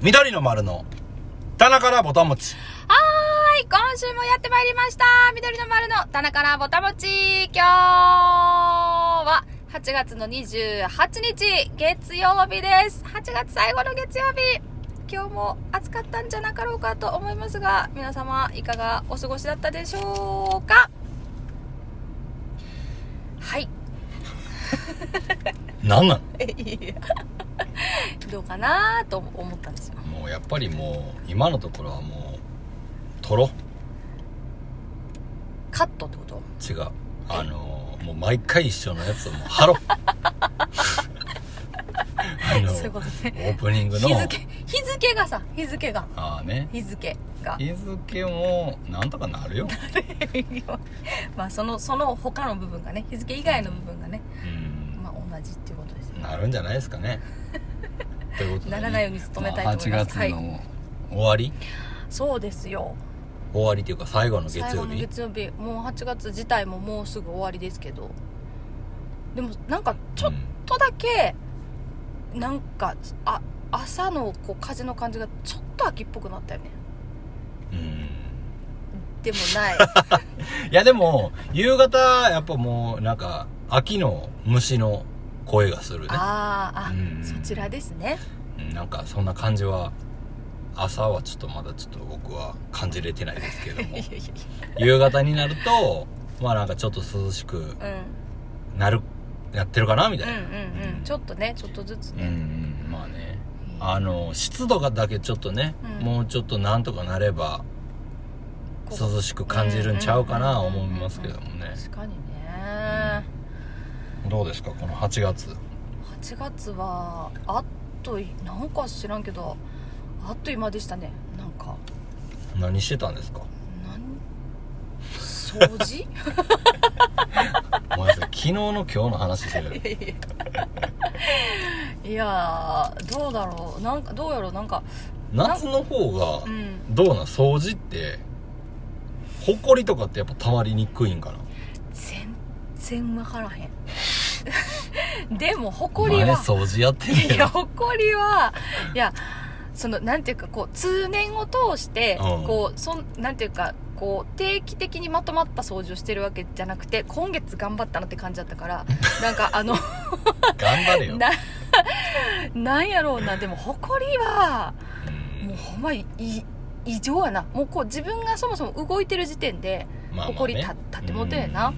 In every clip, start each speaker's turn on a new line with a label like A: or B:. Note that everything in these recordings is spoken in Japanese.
A: 緑の丸の棚からぼたもち
B: はーい今週もやってまいりました緑の丸の棚からぼたもち今日は8月の28日月曜日です8月最後の月曜日今日も暑かったんじゃなかろうかと思いますが皆様いかがお過ごしだったでしょうかはい
A: なんな
B: えいやどうかなと思ったんですよ
A: のもうやっぱりもう今のところはもうとろ
B: カットってこと
A: 違うあのーもう毎回一緒のやつをもうハ ロあの
B: そういうことね
A: オープニングの
B: 日付日付がさ日付が
A: ああね
B: 日付が
A: 日付もなんとかなるよ、
B: まあそのその他の部分がね日付以外の部分がね、
A: うん、
B: まあ、同じっていうことですよ
A: なるんじゃないですかねということでね
B: ならないように努めたいと思います
A: あ8月の終わり、
B: そうですよ
A: 終わりというか最後の月
B: 最後
A: 曜
B: の
A: 日
B: 月曜日もう8月自体ももうすぐ終わりですけどでもなんかちょっとだけ、なんかあ朝のこう風の感じがちょっと秋っぽくなったよね
A: うん、
B: でもな い
A: うんいやでも夕方やっぱもうなんか秋の虫の声がするね
B: あーあ、
A: うん
B: そちらですね
A: うんなんかそんな感じは朝はちょっとまだちょっと僕は感じれてないですけど
B: い
A: も
B: やいやい
A: 夕方になるとまあなんかちょっと涼しく
B: や
A: なるやってるかなみ
B: う
A: たい
B: ん
A: な
B: うんうんうんちょっとねちょっとずつ
A: うん、う
B: ね、
A: んまあねあの湿度がだけちょっとね、
B: うん
A: もうちょっとなんとかなれば
B: こう
A: 涼しく感じるんちゃうかな
B: うんうんうん
A: 思
B: うん
A: いますけどもね
B: 確かにね、
A: どうですかこの8月
B: 8月はあっといなんか知らんけどあっという間でしたねなんか
A: 何してたんですか
B: 何掃除
A: ごめんなさい昨日の今日の話してる
B: いやーどうだろうなんかどうやろうなんか
A: 夏の方が
B: うん
A: どうなん掃除ってほこりとかってやっぱたまりにくいんかな
B: 全然わからへん でも
A: お
B: 埃
A: 前
B: は
A: 掃除やってんねけ
B: い
A: ど
B: や誇りはいやそのなんていうかこう通年を通して
A: うん
B: こうそんなんていうかこう定期的にまとまった掃除をしてるわけじゃなくて今月頑張ったなって感じだっ たからなんかあの
A: 頑張れよ、
B: な なんやろうなでも誇りは
A: うん
B: もうほんまいい異常やなもうこう自分がそもそも動いてる時点で
A: まあまあね
B: 埃立立ってもうてんやな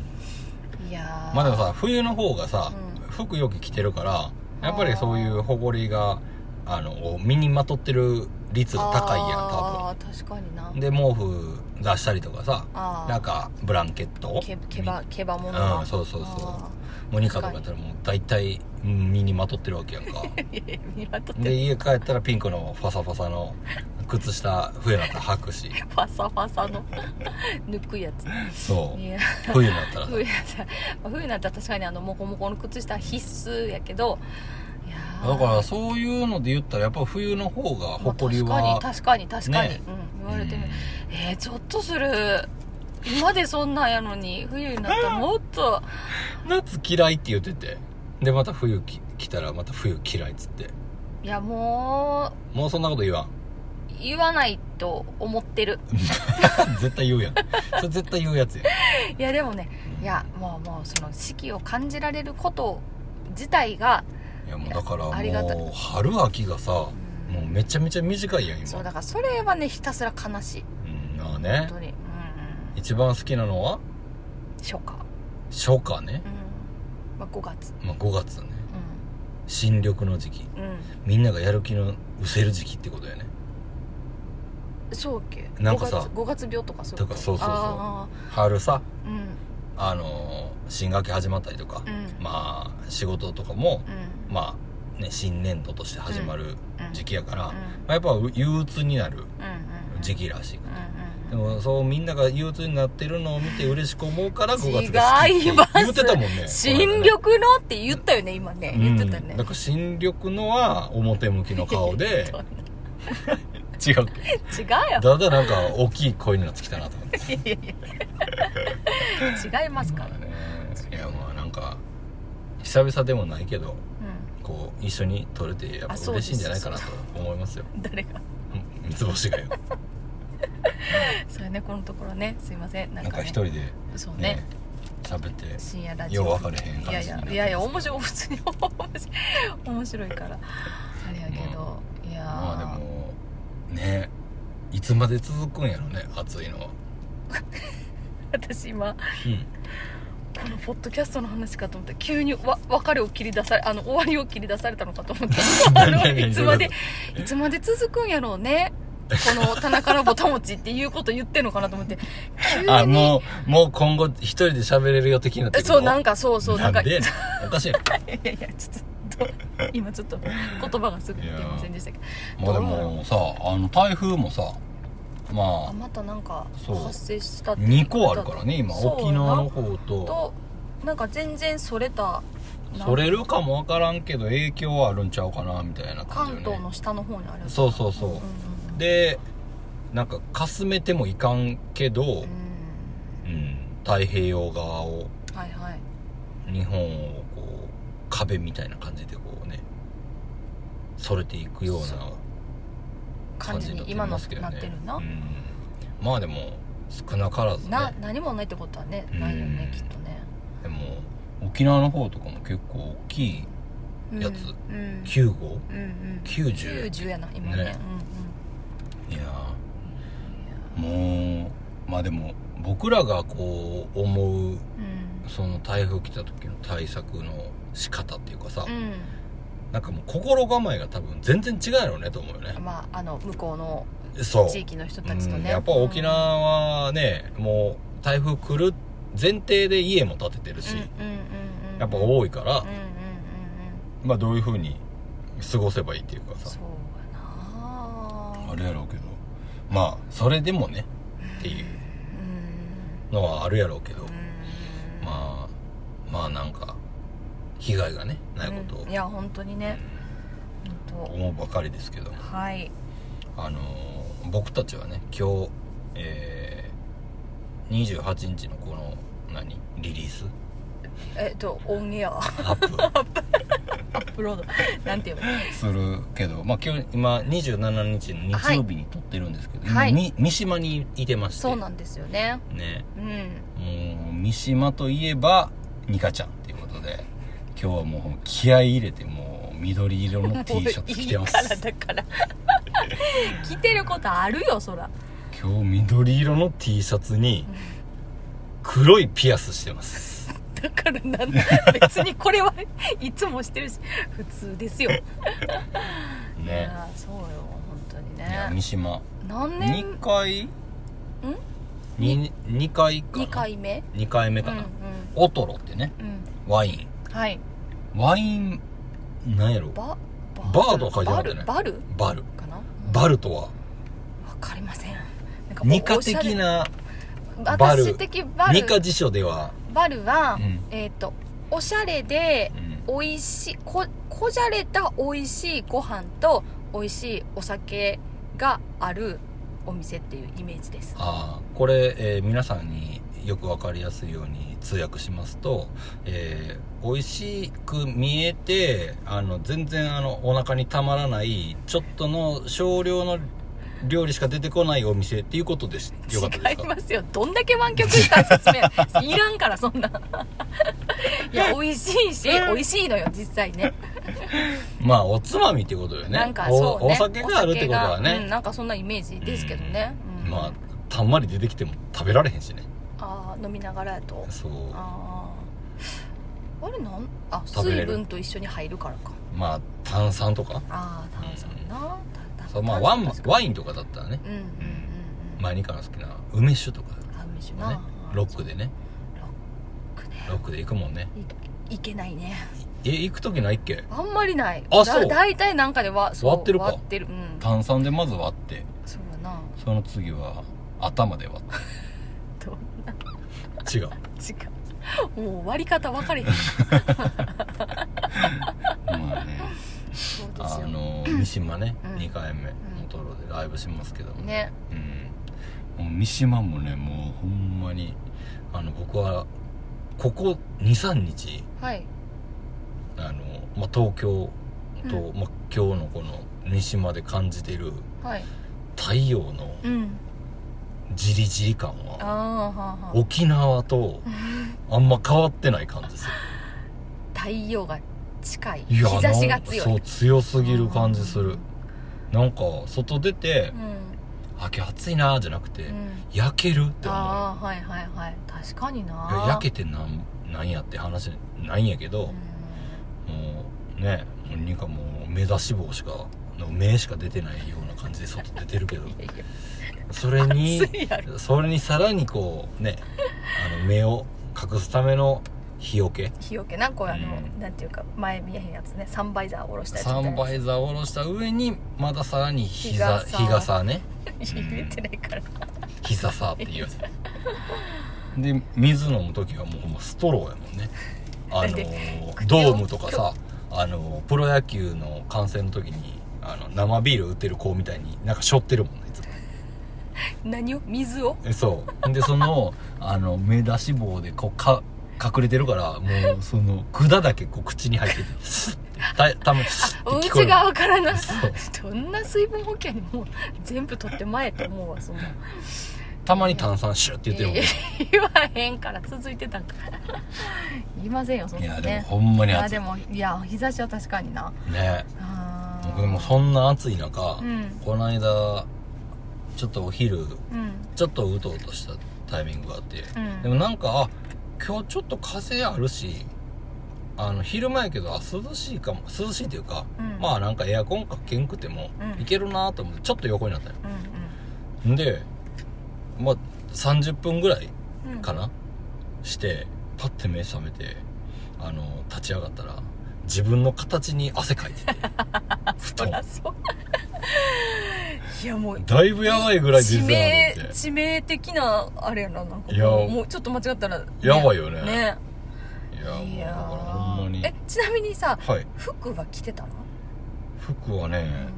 B: いいやー
A: まあでもさ冬の方がさ、
B: う
A: 服よく着てるからやっぱりそういうほこりがあの身にまとってる率が高いやん多
B: あー確かにな
A: 分で毛布出したりとかさ
B: あー
A: なんかブランケット
B: けけばけばもの
A: うんそうそうそう
B: あ
A: モニカとかやったらもう大体うん身にまとってるわけやん か
B: ーいやいや見渡って
A: で家帰ったらピンクのファサファサの靴下冬になったら履くし
B: ファサファサの抜くやつ
A: そ
B: いや
A: う冬になったらさ
B: 冬やったまあ冬になったら確かにあのモコモコの靴下は必須やけどいやー
A: だからそういうので言ったらやっぱ冬の方が
B: まあ
A: 埃は、
B: 確かに確かに確かに、
A: ね
B: うん、言われてみる、
A: うん
B: えー、ちょっとする今でそんなんやのに冬になったらもっと
A: 夏嫌いって言っててでまた冬き来たらまた冬嫌いっつって
B: いやも
A: もうそんなこと言わん
B: う言わないと思ってる
A: 絶対言うやんそれ絶対言うやつや
B: いやでもねいやもうもうその四季を感じられること自体が、
A: いやもうだから
B: ありがたい
A: もう春秋がさも
B: うん
A: うめちゃめちゃ短いやん今
B: そうだからそれはねひたすら悲しい
A: うんまあ
B: 本
A: ね
B: 当にうんうん
A: 一番好きなのは
B: 初夏
A: 初夏ね
B: う、ん、まあ、5月
A: まあ、5月ね
B: う
A: 新緑の時期
B: ん、うん、
A: みんながやる気の失せる時期ってことやね
B: そうっけ
A: なんかさ
B: 5月 ,5 月病とかそういうこと
A: かそうそうそう
B: あ
A: 春さ
B: ーうん
A: あのー新学期始まったりとか、
B: うん
A: まあ仕事とかも、
B: うん
A: まあね新年度として始まる
B: うん
A: 時期やから、
B: うん
A: まあやっぱ憂鬱になる
B: うんうん
A: 時期らしい
B: うん
A: で
B: うん
A: もそうみんなが憂鬱になってるのを見て嬉しく思うから5月が好きって
B: 違います
A: 言ってたもんね
B: 新
A: この間
B: 緑
A: ね
B: のって言ったよね今ね言ってた
A: う
B: ね
A: ん、だから新緑のは表向きの顔 で違うっけ
B: 違うよ
A: だんだんなんか大きい声になってきたなと思って
B: いやい や違いますから、
A: ねいやまあなんか久々でもないけど
B: うん
A: ここう一緒に撮れてやっぱ
B: あそう
A: 嬉しい
B: です
A: んじゃないかなと思いますよ
B: 誰が
A: うん三つ星がよ
B: そうやねこのところねすいませんなん
A: なん
B: か,、ね、
A: か一人で
B: そうね
A: ね喋って
B: 深夜ラジオ
A: よう分かれへん
B: いや
A: 感
B: い
A: じにな
B: や
A: ってます
B: いやいや面白い普通に面白い面白いからあれやけど、いやー
A: まあでもねいつまで続くんやろね暑いのは
B: 私今
A: うん
B: このポッドキャストの話かと思った急にわ別れを切り出されあの終わりを切り出されたのか と思ったあの
A: 何
B: いつまで
A: ど
B: いつまで続くんやろうねこの棚からぼたもちっていうこと言ってんのかなと思って急に
A: あもうもう今後一人で喋れるよ的になってくる
B: そうなんんかそうそうなんか
A: なんでやねんおかしいや
B: いやいやちょっと今ちょっと言葉がすぐ出ませんでしたけど
A: ろまあでもさあの台風もさ
B: あ
A: ま
B: またなんか
A: そう
B: 発生したっ
A: あ
B: て
A: 2個あるからね今
B: そう
A: 沖縄の方と
B: となんか全然それたなん
A: それるかもわからんけど影響はあるんちゃうかなみたいな感じよ
B: 関
A: ね
B: 東の下の方にある
A: そうそうそう、
B: ん
A: でなんかかすめてもいかんけど、
B: うん
A: うん、太平洋側を
B: はいはい
A: 日本をこう壁みたいな感じでこうねそれていくような
B: 感
A: 感じ
B: じ
A: にな
B: に
A: って
B: 今の
A: ま
B: な
A: すけどね
B: ってるな、
A: うん、まあでも少なからずね
B: な何もないってことはね
A: うん
B: ないよねきっとね
A: でも沖縄の方とかも結構大きい
B: うん
A: やつ
B: うん
A: 9号
B: うんうん
A: 90
B: 90やな今ね
A: ね
B: う
A: いや
B: ん
A: ーもうまあでも僕らがこう思う
B: うん
A: その台風来た時の対策の仕方っていうかさ、
B: うんうん
A: なんかもう心構えが多分全然違うやろうねと思うよね
B: まああの向こうの
A: そう
B: 地域の人たちと
A: うん
B: ね
A: やっぱ沖縄はね、もう台風来る前提で家も建ててるし、
B: うんうんうんうん
A: やっぱ
B: い
A: 多いから
B: うんうんうんうん
A: まあどういうふうに過ごせばいいっていうか
B: そ
A: さ
B: うやな
A: あれやろうけどまあそれでもねっていう
B: うん
A: のはあるやろうけど、
B: うん
A: まあまあなんか被害がねないことを
B: うんいや本当にね本
A: 思うばかりですけど、
B: 当はい
A: あのー僕たちはね今日、えー、28日のこの何リリース
B: えっとオン エアア
A: アップ
B: ップロードなんていうの
A: するけど、 まあ、今日今27日の日曜日に撮ってるんですけど、
B: はい
A: 今に三島にいてまして
B: そうなんですよね
A: ね
B: うん
A: もう三島といえばニカちゃんっていうことで今日はもう気合い入れてもう緑色 の T シャツ着てま
B: もういい
A: す
B: からだから 着てることあるよそら
A: 今日緑色の T シャツに黒いピアスしてます
B: だからなんだ別にこれはいつもしてるし普通ですよ、い
A: ね
B: やそうよ本当に
A: いや
B: ね
A: 三島
B: 何年
A: 2回に二回かな
B: 2回目
A: 二回目
B: う
A: か
B: ん
A: な、オトロってね
B: うんう
A: ワイ
B: んはい
A: ンワインなんやろ
B: バ
A: バーとかじゃなくてね
B: バルバ
A: バル
B: ルかな
A: バルとは
B: わかりませんなんか
A: 二課
B: おしゃれ
A: 的なバル
B: 私的バ
A: 二
B: ル
A: 課辞書では、
B: バルは、
A: うん
B: えっ、とおしゃれで美味しいここじゃれた美味しいご飯と美味しいお酒があるお店っていうイメージです
A: ああこれ、えー皆さんによくわかりやすいように通訳しますと、えー美味しく見えてあの全然あのお腹にたまらないちょっとの少量の料理しか出てこないお店っていうことですよかったで
B: 違
A: す
B: い
A: か
B: ますよどんだけ湾曲した説 明いらんからそんないや美味しいし美味しいのよ実際ね
A: まあおつまみってことよね
B: なんか
A: お
B: そうね
A: お酒があるってことは
B: お酒がうん、
A: ね、
B: なんかそんなイメージですけどね、うん
A: まあたんまり出てきても食べられへんしね
B: あー飲みながらやと
A: そう
B: あーあれなんあ
A: 食べれ
B: 水
A: る
B: 分と一緒に入るからか
A: まあ炭酸とか
B: ああ炭酸な、た
A: そうまあワン
B: 炭酸
A: ワインとかだったらね
B: うんうんうんうん
A: 前にから好きな梅酒とか
B: あ梅酒
A: ね
B: な
A: ロックでね
B: ロックね
A: ロックで行くもんね
B: いいけないね
A: え行く時ないっけ
B: あんまりない
A: あそう
B: だ大体なんかでわそう
A: 割ってるか
B: 割ってるうん
A: 炭酸でまず割って
B: そうやな
A: その次は頭で割
B: どんな
A: って違う
B: 時間もう割り方分か れへん
A: まあね
B: そうで
A: あ
B: すよ
A: の三島ね、
B: うん
A: 2回目のトロでライブしますけども
B: ね
A: うんもう三島もねもうほんまにあの僕はここ23日
B: はい
A: あの、まあ、東京と、
B: う
A: まあ、今日のこの西まで感じてる
B: はい
A: 太陽の
B: うん
A: じりじり感
B: あ
A: は
B: あはあはあ
A: 沖縄とあんま変わってない感じですよ
B: 太陽が近い
A: いや
B: 日差しが
A: な
B: 強
A: んかそ
B: い
A: う強すぎる感じするなんか外出て
B: う
A: 「
B: ん、
A: あ今日暑いな」じゃなくて、
B: うん、
A: 焼けるって思う
B: ああはいはいはい確かに
A: いや
B: な
A: 焼けてなんなんやって話ないんやけど、
B: う
A: もうねもうなんかもう目出し帽しかの目しか出てないような感じで外出てるけど
B: んいやいや
A: それに
B: 暑いやろ
A: それにさらにこうねあの目を隠すための日よけ
B: 日よけなこうあの、
A: うん
B: なんていうか前見えへんやつねサンバイザー下ろしたり
A: サンバイザーを下ろした上にまださらに膝
B: 日傘
A: 日傘ね
B: 言ってないから
A: 膝さって いうやつで水飲む時はもうほんまストローやもんねあ
B: だって
A: の ー
B: 口を
A: ドームとかさあのープロ野球の観戦の時にあの生ビール売ってる子みたいになんか背負ってるもんねいつも
B: 何を水を
A: えそうでその あの目出し帽でこうか隠れてるからもうその管だけこう口に入ってて スッてたたまにスッて
B: お
A: 聞こえ
B: 家
A: る
B: 側からな
A: そう
B: どんな水分補給にもう全部取ってまえと思うわそんな
A: たまに炭酸シュッて言ってるもんね
B: 言わへんから続いてたんか言いませんよそん
A: い
B: な
A: やでも
B: ね
A: ほんま
B: い
A: に
B: や
A: 暑い
B: でもいや日差しは確かにな
A: ね
B: あー
A: 僕でもそんな暑い中、
B: うん
A: この間ちょっとお昼
B: うん
A: ちょっとうとうとしたタイミングがあって、
B: うん
A: でもなんかあ今日ちょっと風あるしあの昼間やけどあ涼しいかも涼しいというか、
B: うん
A: まあなんかエアコンかけんくても
B: うん
A: いけるなと思ってちょっと横になったよ
B: うん
A: んでまあ30分ぐらい
B: うんうん
A: かなしてパッて目覚めてあの立ち上がったら自分の形に汗かいてて布
B: そり
A: 団
B: ゃそう いやもう
A: だいぶやばいぐらい出
B: 致
A: てたな
B: 命
A: と思って
B: 致命的なあれやななんか
A: いや
B: もうもうちょっと間違ったら、ね
A: やばいよね
B: ね
A: いや
B: い
A: もうだ
B: や
A: から
B: ー
A: ほんまに
B: えちなみにさ
A: はい
B: 服は着てたの、
A: 服はね、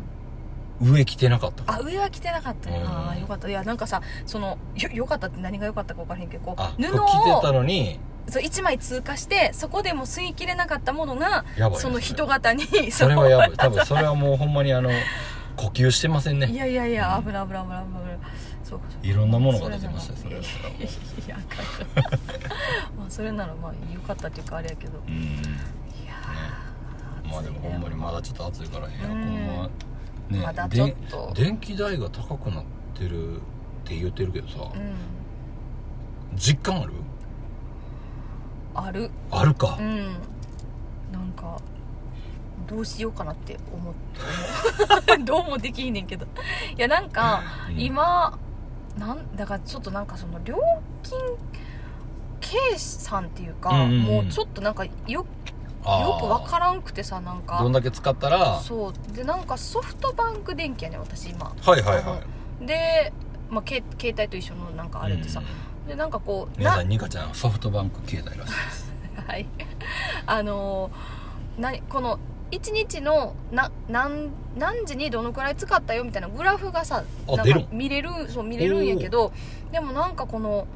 A: 上着てなかったから
B: あ上は着てなかったよ、
A: うん
B: ああよかったいやなんかさそのよよかったって何がよかったか分からへんけどこう
A: あ
B: 布
A: 服着てた
B: を
A: のに
B: そう1枚通過してそこでも吸い切れなかったものが
A: やばいね
B: その人
A: れ
B: 型に
A: それ
B: の
A: はやばい多分それはもうほんまにあの呼吸してません
B: い
A: ね
B: やいやいや
A: うん
B: 危ない危ない危ない危ないそうかそう
A: いろんなものが出てましたよそれは
B: それいやあかんあかんまあそれならまあよかったっていうかあれやけど
A: うん
B: いやー
A: まあでもほんまにまだちょっと暑いからエアコンは
B: うん
A: ね
B: まだちょっ
A: で
B: と
A: 電気代が高くなってるって言ってるけどさ
B: うん
A: 実感ある
B: ある
A: あるか
B: うんなんかどうしようかなって思ってどう もできひんねんけどいやなんか
A: うん
B: 今なんだからちょっとなんかその料金計算っていうか、
A: うんうんうん
B: もうちょっとなんかよよ
A: あー
B: くわからんくてさなん
A: どん
B: か
A: だけ使ったらは
B: そうでなんかソフトバンク電気やねん私今
A: いはいは
B: で、まあ、け携帯と一緒のなんか
A: い
B: あれってさ、
A: うん
B: でなんかこう
A: 皆さんニカちゃんソフトバンク携帯らしいです
B: はい、あのーなこの1日のな何何時にどのくらい使ったよみたいなグラフがさ
A: あ
B: なん
A: 出る
B: か
A: ん
B: 見れるそう見れるんやけどでもなんかこの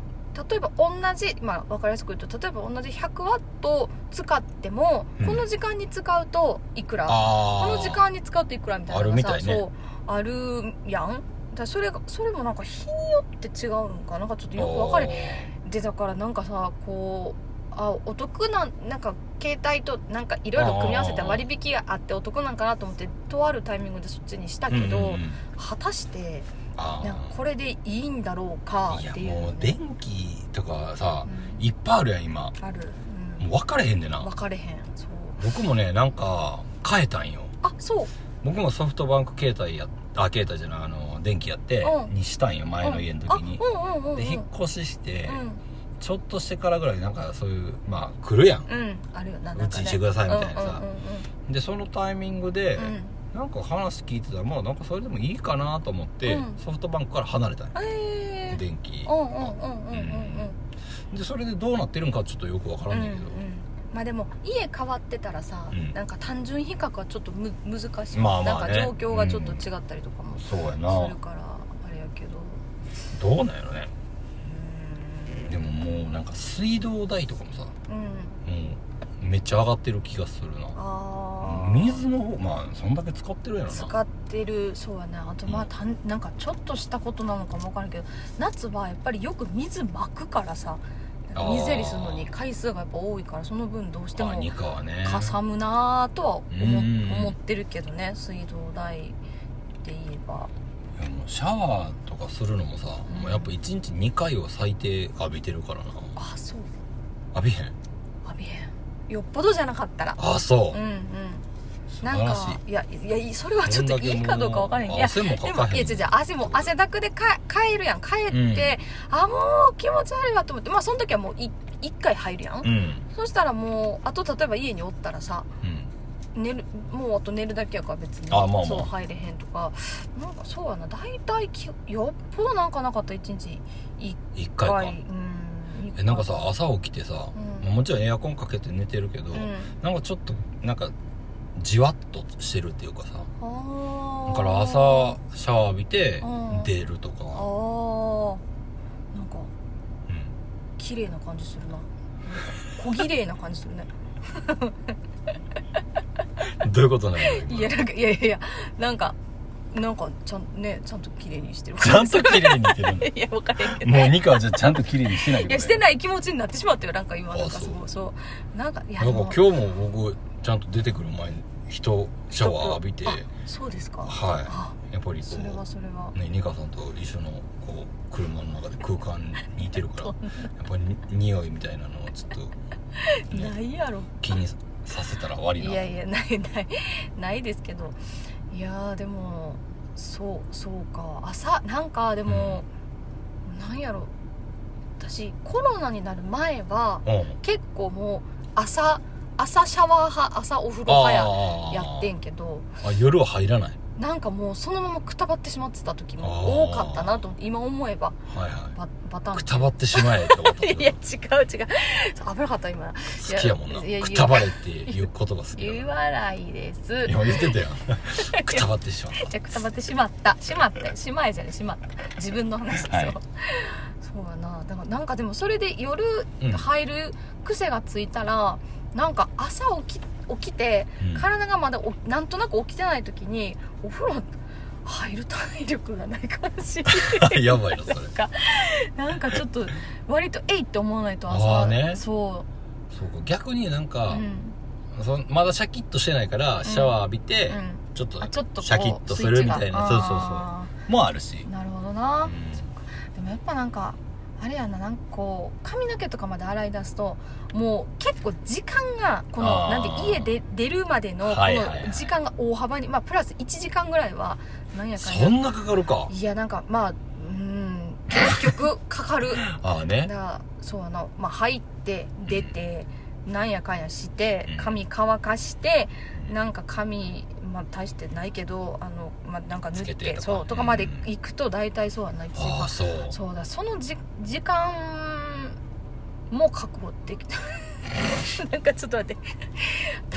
B: 例えば同じまあ分かりやすく言うと例えば同じ100ワット使っても、
A: うん
B: この時間に使うといくら
A: あ
B: こ
A: ー
B: の時間に使うといくらみたいなの
A: あるみたいね
B: そうあるやんだからそれがそれもなんか日によって違うんかなんかちょっとよく分かれでだからなんかさこうあお得ななんか携帯となんかいろいろ組み合わせた
A: あー
B: 割引があってお得なんかなと思ってとあるタイミングでそっちにした
A: あ
B: け
A: ー
B: ど、
A: うんうんうん
B: 果たして
A: あー
B: なんかこれでいいんだろうか
A: い
B: っ
A: や
B: ていう
A: もう電気とかさ
B: うん
A: いっぱいあるやん今
B: ある、
A: もう分かれへんで
B: うん、
A: な
B: 分かれへんそう
A: 僕もねなんか変えたんよ
B: あそう
A: 僕もソフトバンク携帯やあ携帯じゃないあの電気やって
B: うん
A: にしたんよ前の家の時に
B: あうんうんうんうん
A: で引っ越しして
B: う
A: ちょっとしてからぐらいなんかそういうまあ来るやん
B: んうんあるよな
A: うちにしてくださいみたいなさ
B: うんうんうん
A: でそのタイミングで
B: うんうん
A: なんか話聞いてたらまあなんかそれでもいいかなと思って
B: うん
A: ソフトバンクから離れたんよ
B: えー
A: 電気
B: うんうんうんうんうんうん
A: でそれでどうなってるんかちょっとよく分からんねんけど
B: うんうんまあでも家変わってたらさ、
A: うん
B: なんか単純比較はちょっとむ難しい、
A: まあまあね
B: なんか状況がちょっと違ったりとかもす
A: そうやな
B: るからあれやけど
A: どうなんやろね
B: う
A: でももうなんか水道代とかもさも
B: ーんうん
A: うめっちゃ上がってる気がするな
B: ああ
A: 水の方まあそんだけ使ってるやろな
B: 使ってるそうやねあとまあたんなんかちょっとしたことなのかもわからんけど夏はやっぱりよく水まくからさなんか水やりするのに回数がやっぱ多いからその分どうしても
A: あニカはね
B: かさむなぁとは思,、
A: うん
B: 思ってるけどね水道代で言えば
A: いやもうシャワーとかするのもさ、
B: うん
A: もうやっぱ1日2回は最低浴びてるからな
B: あそう
A: 浴びへん
B: あびへんよっぽどじゃなかったら
A: ああそ
B: うん
A: う、
B: うん
A: 素
B: な
A: 晴
B: ん
A: らしい
B: かいやいやいいそれはちょっといいかどうかわからへんけどいや
A: どんだけもう汗もか
B: でも
A: か
B: い
A: へ
B: や
A: ん
B: 違う違う汗も汗だくでか帰るやん帰って、あもう気持ち悪いわと思ってまあその時はもうい一回入るやん、
A: うん、
B: そしたらもうあと例えば家におったらさ
A: うん、
B: 寝るもうあと寝るだけやから別に
A: あまあまあ
B: そう入れへんとかなんかそうやな大体きよっぽどなんかなかった一日一
A: 1回
B: 回
A: か
B: うん
A: えなんかさ朝起きてさ、
B: うん
A: まあもちろんエアコンかけて寝てるけど、
B: うん
A: なんかちょっとなんかじわっとしてるっていうかさ
B: あ
A: だ
B: ー
A: から朝シャワー浴びて
B: うん
A: 出ると
B: あ
A: か、
B: ーなんか
A: うん、
B: 綺麗な感じするな小綺麗な感じするね
A: どういうことなの
B: いやなんかいやいやいやなんかなんかちゃんねちゃんと綺麗にしてる
A: ちゃんと綺麗に出てるんだ
B: いや分かれへんけど
A: もうニカはじゃあちゃんと綺麗にしてない
B: いやしてないい気持ちになってしまったよなんか今
A: あ
B: なんかす
A: そ
B: ごいそうなんかいや
A: なんか
B: でも
A: 今日も僕ちゃんと出てくる前に人シャワー浴びて
B: あそうですかあ
A: はいやっぱり
B: それは
A: こ
B: それは
A: うねニカさんと一緒のこう車の中で空間にいてるからやっぱりに匂いみたいなのをちょっと、
B: な
A: ね、
B: いやろ
A: 気にさせたら悪いない
B: やいやないないないですけどいやーでもそうそうか朝なんかでも、なんやろ私コロナになる前は
A: うん
B: 結構もう朝朝シャワー派朝お風呂派や
A: ああ
B: やってんけど
A: あ夜は入らない
B: なんかもうそのままくたばってしまってた時も多かったなと思って今思えば
A: はいは
B: ババタ
A: い
B: ン
A: くたばってしまえってこと
B: いや違う違う危なかった今
A: 好きやもんない
B: やいや
A: くたばれっていう言葉好きや
B: 言
A: な
B: わないです
A: 今言ってたよ くたばってしまった
B: じゃあくたばってしまったしまったしまえじゃねしまった自分の話ですよ、
A: はい
B: そうやなだからなんかでもそれで夜
A: うん
B: 入る癖がついたら、なんか朝起き起きて
A: うん
B: 体がまだおなんとなく起きてない時にお風呂入る体力がないかもしれない
A: や ばいなそれ
B: なんかなんかちょっと割とえいって思わないと朝
A: あーね
B: そ
A: そうか逆になん
B: う、う
A: か、
B: ん
A: そのまだシャキッとしてないからシャワー浴びて、
B: うん、
A: ちょっと
B: あちょっとこう
A: シャキッとするみたいな
B: スイ
A: そうそう
B: ッチが
A: そ
B: あ
A: うもあるし
B: ーなるほどな、
A: うん
B: そっかでもやっぱなんかあれやななんかこう髪の毛とかまで洗い出すともう結構時間がこの
A: あー
B: なんて家で出るまでのこ
A: はいはいはい
B: の時間が大幅にまあプラス1時間ぐらいはなんやかん
A: そ
B: や
A: んなかかるか
B: いやなんかまあうん結局か かる
A: ああ
B: だか
A: ね
B: らそうやな、まあ、入って出て、なんやかんやして
A: うん
B: 髪乾かして、
A: うん
B: なんか髪まあ大してないけどあの、まあ、なんか塗っ
A: つけ
B: て
A: てとか
B: そうとかまで行くと大体そうやな1時間
A: ああそう
B: そうだそのじ時間も確保できた なんかちょっと待って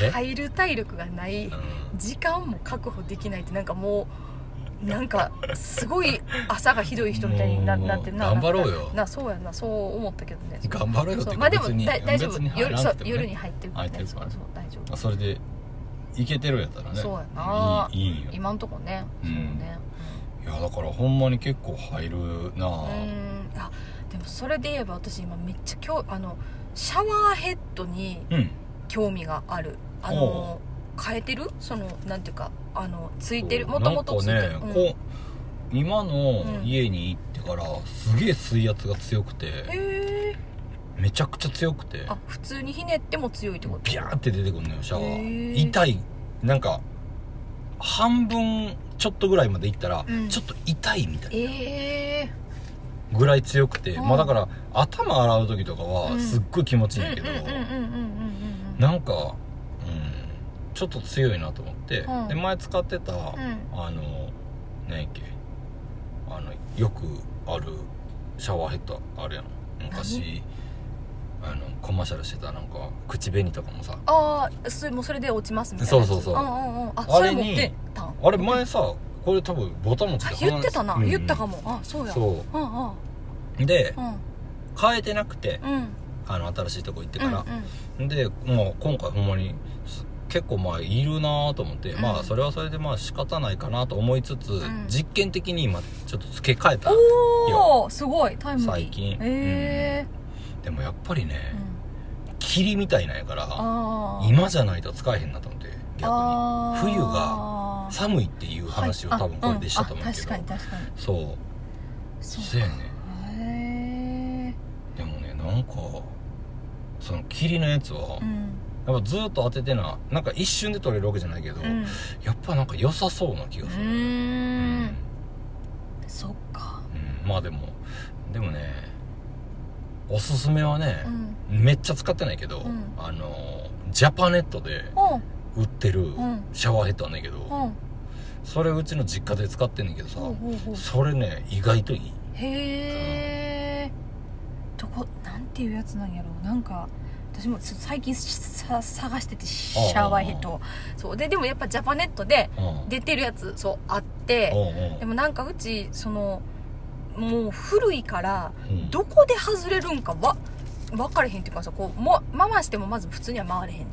A: え
B: 入る体力がない
A: うん
B: 時間も確保できないってなんかもうなんかすごい朝がひどい人みたいにな
A: もう
B: なってんな
A: 頑張ろうよ
B: なそうやなそう思ったけどね
A: 頑張ろうよっ
B: そ
A: て
B: う
A: いう
B: ま
A: か
B: あでも
A: 別に
B: だ大丈夫
A: 別に入
B: 夜
A: ら
B: そ
A: な
B: う
A: くてもね
B: 夜に入ってるから
A: 入って
B: ね
A: る
B: そ
A: か
B: う
A: らね
B: そう大丈夫
A: あそれでいけてるんやったらね
B: そうやない
A: いいいよ
B: 今んとこね
A: う
B: そ
A: ん
B: うね
A: いやだからほんまに結構入るなあ
B: うんあでもそれで言えば私今めっちゃ今日あのシャワーヘッドに
A: うん
B: 興味があるあ
A: お
B: の変えてるそのなんていうかあのついてるもともとついて
A: なん
B: る、
A: か
B: うん
A: ね、こう今の
B: うん
A: 家に行ってからすげえ水圧が強くて
B: へえ
A: めちゃくちゃ強くて
B: あ普通にひねっても強いってこと
A: ビャーって出てくるのよシャワ
B: へ
A: ー
B: ー
A: 痛いなんか半分ちょっとぐらいまで行ったら、
B: うん
A: ちょっと痛いみたい
B: ええ
A: なぐらい強くて、
B: うん
A: まあだから頭洗う時とか
B: う
A: は
B: ん
A: すっごい気持ちいいんやけど、
B: うんうんうんうんうんうん
A: なんか、うん、ちょっと強いなと思って、
B: うん
A: で前使ってた、
B: うんうん
A: あの何やっけあのよくあるシャワーヘッドあるやん昔あのコマーシャルしてたなんか口紅とかもさ
B: ああそれもうそれで落ちますみたいなやつ
A: そうそうそうん
B: うんうんあ
A: あ
B: それ
A: れ
B: 持
A: に
B: ってたん
A: あれ前さこれ多分ボタン持ち
B: あ
A: で話
B: 言ってたな、
A: うん
B: 言ったかもあそうや
A: そ
B: うんうん
A: うで
B: うん
A: 変えてなくて
B: うん
A: あの新しいとこ行ってか
B: うん
A: ら、でもう今回ほんまにす結構まあいるなと思って、
B: うん
A: まあそれはそれでまあ仕方ないかなと思いつつ、
B: ん
A: 実験的に今ちょっと付け替えた
B: うん、おおすごいタイムリー
A: 最近
B: え
A: でもやっぱり
B: えー
A: ね、霧みたいなんやから
B: あー
A: 今じゃないと使えへんなと思って逆
B: あー
A: 冬がに寒いっていう話を
B: はい
A: 多分これでしたと思うけど、
B: あんあ確かに確かに
A: そう
B: そう
A: そうやね
B: へえ
A: でもねなんかその霧のやつは、
B: うん
A: やっぱずっと当ててななんか一瞬で取れるわけじゃないけど、
B: うんう
A: やっぱなんか良さそうな気がする、う
B: ー
A: ん
B: んそっか
A: うんまあでもでもねおすすめはね
B: う、ん
A: めっちゃ使ってないけど、
B: うん
A: あのジャパネットで
B: うん
A: 売ってる
B: ん
A: シャワーヘッドあんねんけど、
B: うん
A: それうちの実家で使ってんねんけどさ、
B: ほうほうほう
A: それね意外といい
B: へえどこなんていうやつなんやろうなんか私もつ最近さ探しててシャワーヘッドをそうででもやっぱジャパネットで
A: うん
B: 出てるやつそうあって
A: うんうん
B: でもなんかうちそのもう古いから
A: うん
B: どこで外れるんかわ分かれへんっていうかさこうも回してもまず普通には回れへんねん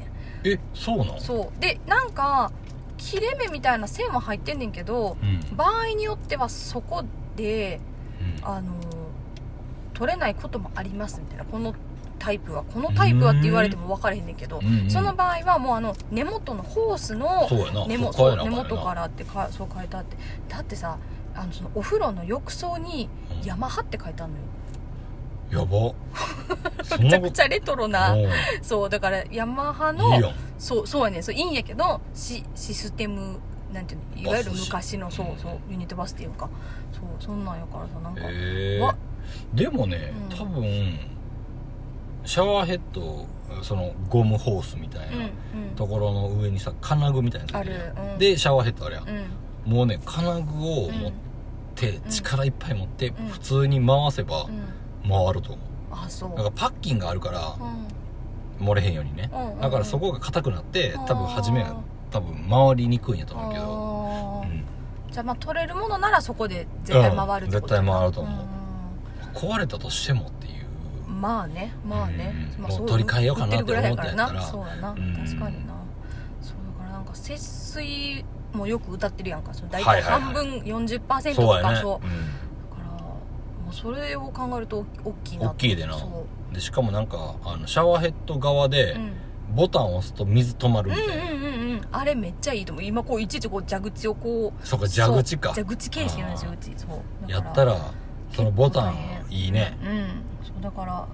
A: えそうなん
B: そうでなんか切れ目みたいな線は入ってんねんけど
A: うん、
B: 場合によってはそこで
A: うん
B: あの取れないこともありますみたいなこのタイプはこのタイプはって言われても分からへんねんけど、
A: うんうん
B: その場合はもうあの根元のホースの
A: そうやな
B: 根
A: そ
B: 元
A: う変えな
B: 根
A: あかん
B: 元
A: やな
B: からってかそう書いてあってだってさあのそのお風呂の浴槽に「
A: や
B: 山葉」って書いてあるのよ
A: ばそん
B: めち
A: な
B: ゃ
A: こ
B: く
A: と
B: ちゃレトロな
A: うん
B: そうだからヤマハ
A: いい
B: の
A: やん
B: そうそうやねんそういいんやけどシシステムなんていうのいわゆる
A: バスし
B: 昔のそうそう
A: う
B: ユニットバスっていうかそうそんなんやからさなんか、
A: え
B: わ
A: ー、でもね、
B: うん
A: 多分シャワーヘッドそのゴムホースみたい
B: うん
A: な
B: うん
A: ところの上にさ金具みたいなのついてるやん
B: あるうん
A: でシャワーヘッドあるやん、
B: うん
A: もうね金具を
B: うん
A: 持って、力いっぱい持って、
B: ん
A: 普通に回せば
B: うん
A: 回ると思
B: あそう
A: うなんかパッキンがあるから
B: うん
A: 漏れへんようにね、
B: うんうん
A: だからそこが硬くなって
B: うん
A: 多分初めは多分回りにくいんやと思うけど、う
B: あー
A: ん、
B: じゃあまあ取れるものならそこで絶対回るってこと
A: うん絶対回ると思う
B: う
A: 壊れたとしてもっていう、
B: んまあねまあね
A: うん
B: まあ
A: もう
B: そう
A: 取り替えようかな
B: 売ってるぐらいやから
A: って思
B: な
A: った
B: そうやな
A: うん
B: 確かになそうだからなんか節水もよく歌ってるやんかその大
A: はい
B: 体
A: はいはい
B: 半分40%と
A: そうや
B: か
A: ね
B: そう
A: うん
B: だからもうそれを考えると大きいな
A: 大きいでな
B: そ
A: でしかもなんかあのシャワーヘッド側
B: うう
A: で
B: ん
A: ボタンを押すと水止まる
B: う
A: み
B: ん
A: たいな、
B: うんうんうんあれめっちゃいいと思う今こういちいちこう蛇口をこう
A: そうか蛇口か
B: 蛇口形式なんですよ
A: あ
B: う
A: ー
B: ちそう
A: や
B: だから
A: ったらそのボタン
B: 結構
A: いいね
B: うんそうだから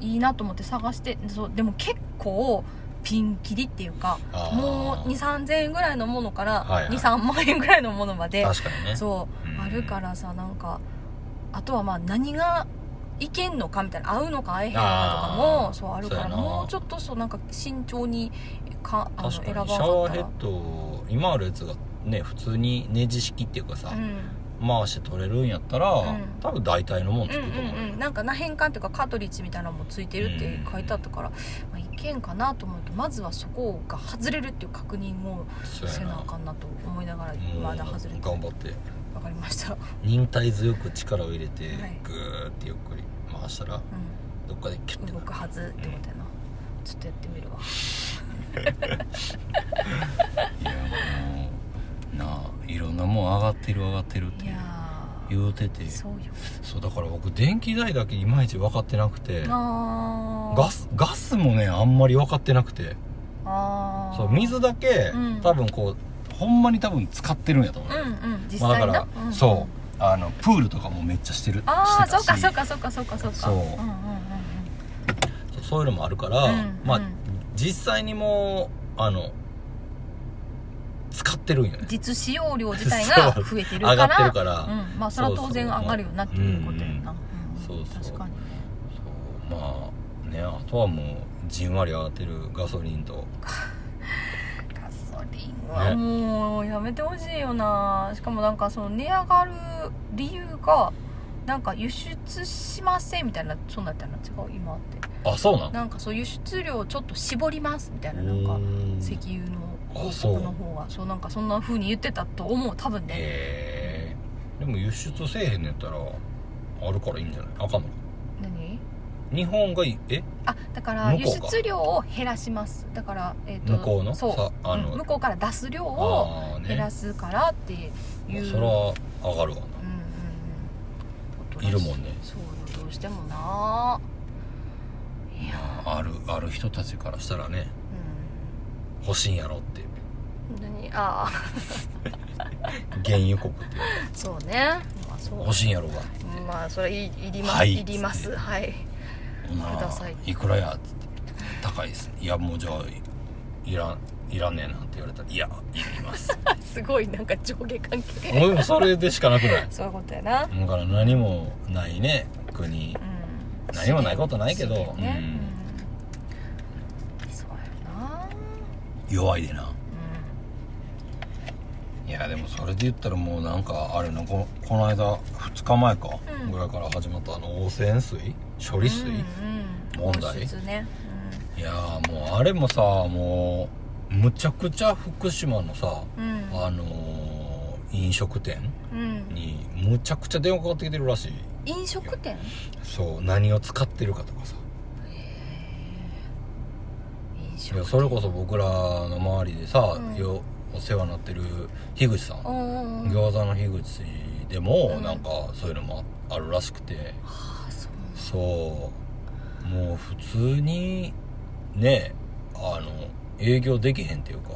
B: いいなと思って探してそうでも結構ピンキリっていうか
A: あー
B: もう2 3 0 0 0円ぐらいのものから
A: はいはい
B: 23万円ぐらいのものまで
A: 確かにね
B: そう、
A: うん
B: あるからさなんかあとはまあ何がいけんのかみたいな合うのか合えへんのかとか
A: あー
B: もそうあるか
A: そ
B: ら
A: うやな
B: もうちょっとそうなんか慎重にかあの
A: 確
B: 選ば
A: か
B: ん
A: にシャ
B: かっ
A: ワー
B: た
A: ヘ
B: ら
A: ッド今あるやつがね普通にネジ式っていうかさ、回して取れるんやったら、
B: ん
A: 多分大体のもんつくと思うよ、
B: うんうんうん、なんかな変換というかカートリッジみたいなのもついてるって書いてあったから、まあ、いけんかなと思うけどまずはそこが外れるっていう確認を
A: そうや
B: せな
A: な
B: あかんなと思いながら
A: もう
B: まだ外れて
A: 頑張って
B: わかりました、うん、
A: 忍耐強く力を入れて、
B: はい
A: グーってゆっくり回したらどっかでキュッて
B: 動
A: なる
B: くはずってことやなちょっとやってみるわ
A: いやもうなあいろんなもん上がってる上がってるっ
B: い
A: て
B: やー
A: 言うてて
B: そうよ
A: そうだから僕電気代だけいまいち分かってなくて
B: あー
A: ガスガスもねあんまり分かってなくて
B: あー
A: そう水だけ、
B: うん
A: 多分こうほんまに多分使ってるんやと思う、
B: うんうん実
A: まあ、
B: 際
A: だ
B: な、
A: から、
B: ん
A: そうあのプールとかもめっちゃしてる
B: ああ
A: して
B: そ
A: た
B: う
A: し
B: かそうかそうかそうかそうか
A: そうん
B: うんうん
A: そうそういうのもあるから、
B: うん
A: まあ
B: うん
A: 実際にもうあの使ってるんよ
B: うん
A: ね
B: 実使用量自体が増えてるか
A: 上がって
B: ら
A: るから、
B: うん、まあそれは当然上がるよなっていうことやな、うん
A: そうそう
B: 確かにね
A: そうまあねあとはもうじんわり上がってるガソリンと
B: ガソリンはもうやめてほしいよなしかもなんかその値上がる理由がなんか輸出しませんみたいなそうなったな違う今って
A: あそうなの
B: なんかそう輸出量ちょっと絞りますみたいななんか石油の
A: あそう
B: 広告の方がそうなんかそんな風に言ってたと思う多分ね
A: へえでも輸出せえへんのやったらあるからいいんじゃないあかんのか
B: 何
A: 日本がいえ
B: あだから
A: 向
B: 輸
A: こうか
B: 出量を減らしますだから、えー、と
A: 向こうの
B: そ
A: さ
B: う
A: あの
B: うん向こうから出す量を
A: ああね
B: 減らすからっていう、
A: まあそれは上がるわな
B: うんうんうん
A: いるもんね
B: そうよどうしてもないや
A: あるある人たちからしたらね欲しいんやろって
B: うん何 ああ
A: 原油国って
B: そうねまあそう
A: 欲しいんやろが
B: まあそれいいります、、
A: はいい
B: りますはい ください
A: いくらやっつって高いですいやもうじゃあいいらんいらんねえなって言われたらいやいります
B: すごいなんか上下関係
A: もうそれでしかなくない
B: そういうことやな
A: だから何もないね国
B: うん
A: 何もないことないけど
B: そうだよね
A: うん
B: うんそうやな
A: 弱いでな
B: う
A: いやでもそれで言ったらもうなんかあれのここの間2日前か
B: うん
A: ぐらいから始まったあの汚染水処理水、
B: うんうん
A: 問題
B: 放出ね
A: いやーもうあれもさもうむちゃくちゃ福島のさ
B: うんうん
A: あのー飲食店
B: うん
A: にむちゃくちゃ電話かかってきてるらしい
B: 飲食店
A: そう何を使ってるかとかさ
B: 飲食
A: い
B: 店
A: やそれこそ僕らの周りでさ、
B: うん
A: よお世話になってる樋口さん、
B: うんうんうん
A: 餃子の樋口でも、
B: うん
A: なんかそういうのもああるらしくて
B: あそう
A: そうもう普通にねあの営業できへんっていうか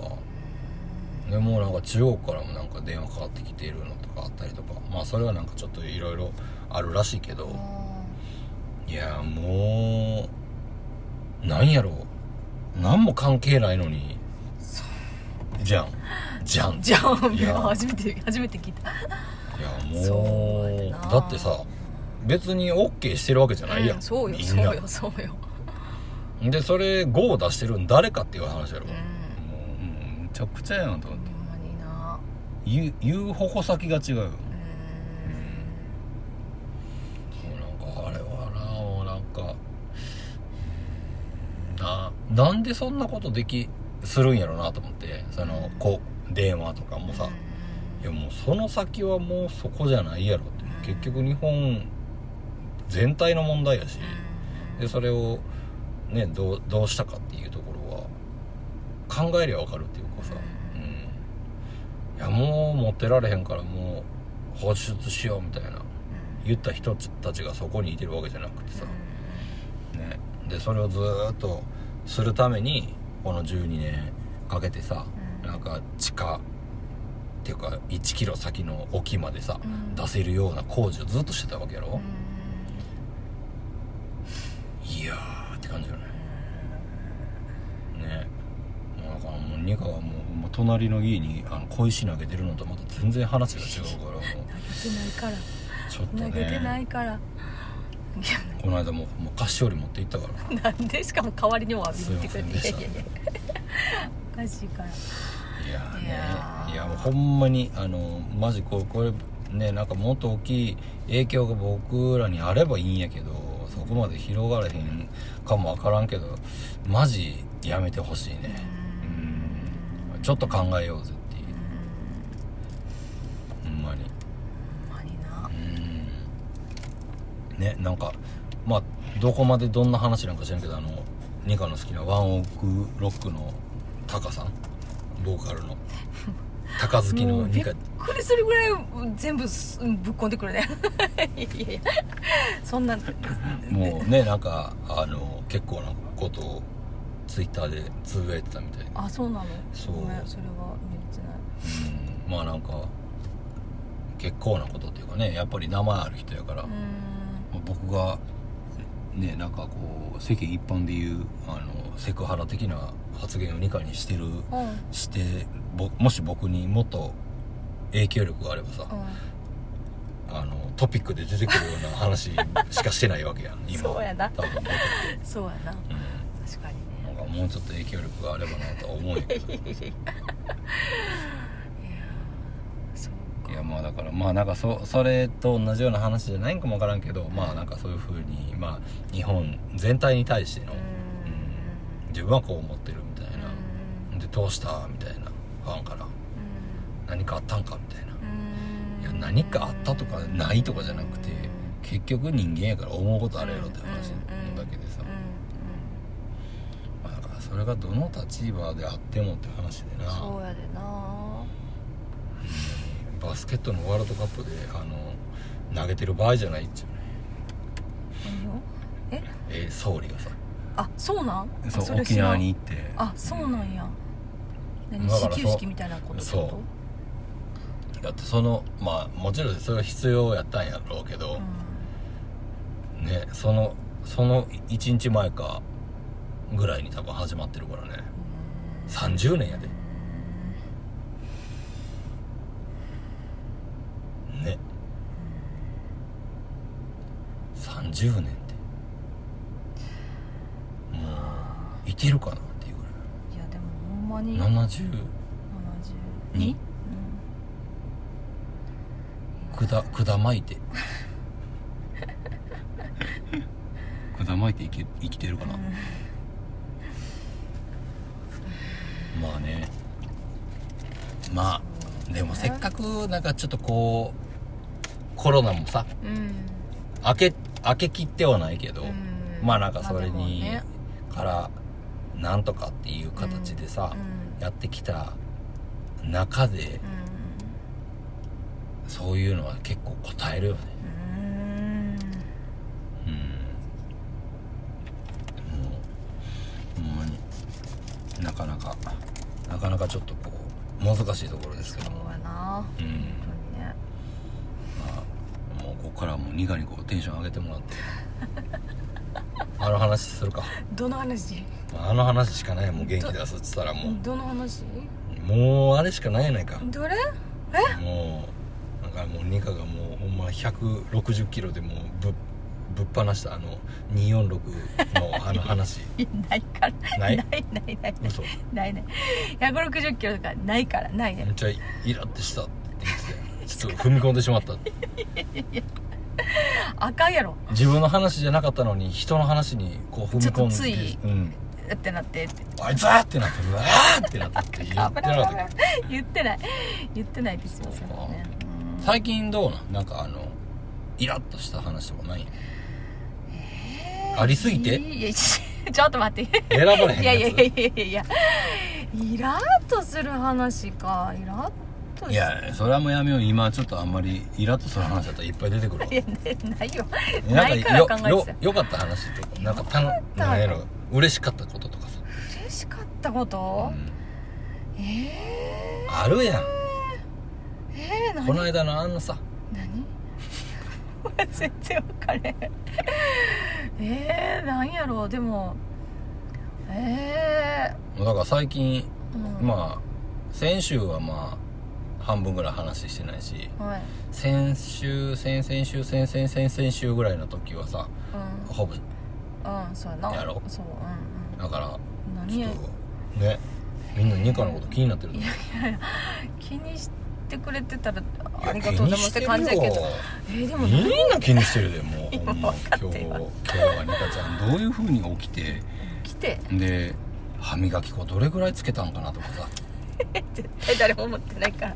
A: でもうなんか中国からもなんか電話かかってきているのとかあったりとかまあそれはなんかちょっといろいろあるらしいけど、いやもうなんやろ何も関係ないのにじゃんじゃん
B: じゃあ
A: いや
B: 初めて初めて聞いた
A: いや
B: そ
A: も
B: うや
A: う
B: な
A: だってさ別に OK してるわけじゃないやん、
B: うんそうよ
A: みん
B: そ
A: な
B: うよそうよ
A: でそれ GO を出してるん誰かっていう話やろ、
B: うん
A: もうもうむちゃくちゃやなと
B: ほ
A: 思って
B: んまにな
A: 言う言う矛先が違うよも
B: うん
A: うなんかあれはなもうなんかななんでそんなことできするんやろなと思ってそのこう電話とかもさ、いやもうその先はもうそこじゃないやろって結局日本全体の問題やしでそれをねどうどうしたかっていうところは考えりゃ分かるっていうかさ、うん、いやもう持ってられへんからもう放出しようみたいな言った人たちがそこにいてるわけじゃなくてさ、ね、でそれをずーっとするためにこの12年かけてさ、
B: うん
A: なんか地下っていうか1キロ先の沖までさ、
B: うん
A: 出せるような工事をずっとしてたわけやろ、いやーって感じよねねもうだからもうニカはもうほんま隣の家にあの小石投げてるのとまた全然話が違うからもう
B: 投げてないから
A: ちょっと
B: 投げてな
A: ね
B: いから
A: この間ももう菓子折り持って行ったから
B: いやなんでしかも代わりにも浴びに行ってくれて
A: すいませんでした
B: いやいやおかしいから
A: いやーね
B: いやー
A: いやもうほんまにあのマジこれこれねなんかもっと大きい影響が僕らにあればいいんやけどそこまで広がれへんかもわからんけどマジやめてほしいねうんちょっと考えようぜっていうほんまに
B: ほんまにな
A: うんねなんかまあどこまでどんな話なんか知らんけどあのニカの好きなワンオークロックのタカさんボーカ ルのタカ好き
B: も
A: の
B: うび
A: ニ
B: っ
A: カ
B: くりするぐらい全部すぶっこんでくるね いやいやそんな
A: もうねなんかあの結構なことをツイッターでつぶやいてたみたいな
B: あそうなの
A: そう
B: ごめんそれは見れてない
A: うんまあなんか結構なことっていうかねやっぱり名前ある人やから、
B: うー
A: ま
B: ん
A: あ僕がねなんかこう世間一般でいうあのセクハラ的な発言をニカにしてる
B: うんうん
A: してぼもし僕にもっと影響力があればさ、あのトピックで出てくるような話しかしてないわけやん今
B: そうやな
A: 多分僕って
B: そうやな
A: うん
B: 確かに
A: なん
B: ね
A: かもうちょっと影響力があればなとは思うん やけど
B: そう
A: いやまあだからまあなんかそそれと同じような話じゃないんかもわからんけどまあなんかそういうふうにまあ日本全体に対しての、
B: うー
A: うん
B: ん
A: 自分はこう思ってるみたいな、
B: う
A: でどうしたみたいなファンから何かあったんかみたいな
B: ーん
A: いや何かあったとかないとかじゃなくて結局人間やから思うことあるやろって話
B: うんうんうん
A: だそれがどの立場であってもって話でな
B: そうやでな
A: バスケットのワールドカップであの投げてる場合じゃないっちゅうね
B: 何をえ
A: え総理がさ
B: あそうなんあ
A: そう
B: れ
A: 沖
B: 知らん
A: 縄に行って
B: あそうなんや何
A: だから
B: 始球式みたいなことってこ
A: だってそのまあもちろんそれは必要やったんやろうけ
B: と
A: ど、ねそのその1日前かぐらいに多分始まってるからね30年やでね30年ってもういけるかなっていうぐ
B: うんいやでもほんまに
A: らい70
B: 72
A: にくだくだまいて くだまいて生き生きてるかな、まあねまあでもせっかくなんかちょっとこうコロナもさ
B: うんうん
A: 開け開けきってはないけど、
B: うん
A: まあなんかそれ
B: まあでも
A: に
B: ね
A: からなんとかっていう形でさ、
B: うん
A: やってきた中でそういうのは結構答えるよね
B: うん
A: うんもうほんまになかなかなかなかちょっとこう難しいところですけども
B: そうやな
A: うん
B: 本当にね
A: まあもうここからはもうにがにこうテンション上げてもらって あの話するか
B: どの話
A: まああの話しかないもう元気出すっつったらも
B: どの話
A: うもうあれしかないやないか
B: どれ
A: もうなんかもうニカがもうほんま160キロでもうぶっぶっ放したあの246のあの話
B: ないから
A: ない
B: ないないない
A: 嘘
B: ないない160キロとかないからない
A: め
B: ね
A: っちゃイラってしたって言ってちょっと踏み込んでしまった
B: あかんやろ
A: 自分の話じゃなかったのに人の話にこう踏み込んで
B: ちょっとつい
A: うん、
B: ってなってって
A: あいつはってなってうわーってなったって言ってなかったっけ
B: 言ってない言ってないですよ
A: そ
B: そうれ
A: か
B: はねうん
A: 最近どうなんなんかあのイラッとした話とかない
B: えー
A: ありすぎて
B: いやちちょっと 待って
A: 選ばれへんやつ
B: いやいやいやいやいやイラッとする話かイラッとし
A: いやそれはもうやめよう今ちょっとあんまりイラッとする話だったらいっぱい出てくるわ
B: いやねないよないから
A: なん
B: 考えて
A: か
B: た
A: よよよかった話とかなんかたの
B: た
A: なんやろ嬉しかったこととかさ、
B: 嬉しかったこ
A: う
B: と、
A: ん
B: え
A: あるやん
B: ー、えー、何
A: この間のあのさ
B: 何 全然分かれへんえー、なんやろうでもえ
A: だから最近
B: ー、うん
A: まあ先週はまあ半分ぐらい話してないし
B: はい、
A: 先週先々週先々先々週ぐらいの時はさ
B: う
A: ほぼ
B: ん、うん、そうやな
A: やろ
B: そう
A: だから
B: うんうん何
A: ちょ
B: や
A: っとねみんなニカのこと気になってると
B: い
A: 思う
B: やいやいや気にしてくれてたら
A: いや
B: ありがとうございますって感じやけ
A: 気にしてるよ
B: どえー、でも
A: みんな気にしてるでもうほんま
B: 分か
A: 今
B: って
A: 日
B: る
A: 今
B: わ
A: 日はニカちゃんどういうふうに起きて
B: 来て
A: で歯磨き粉どれぐらいつけたんかなとかさ
B: 絶対誰も思ってないから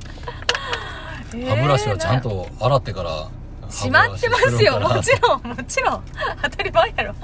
A: 歯ブラシはちゃん
B: えー
A: と洗ってから
B: なしまってますよもち
A: ん
B: ろんもちろん当たり前やろ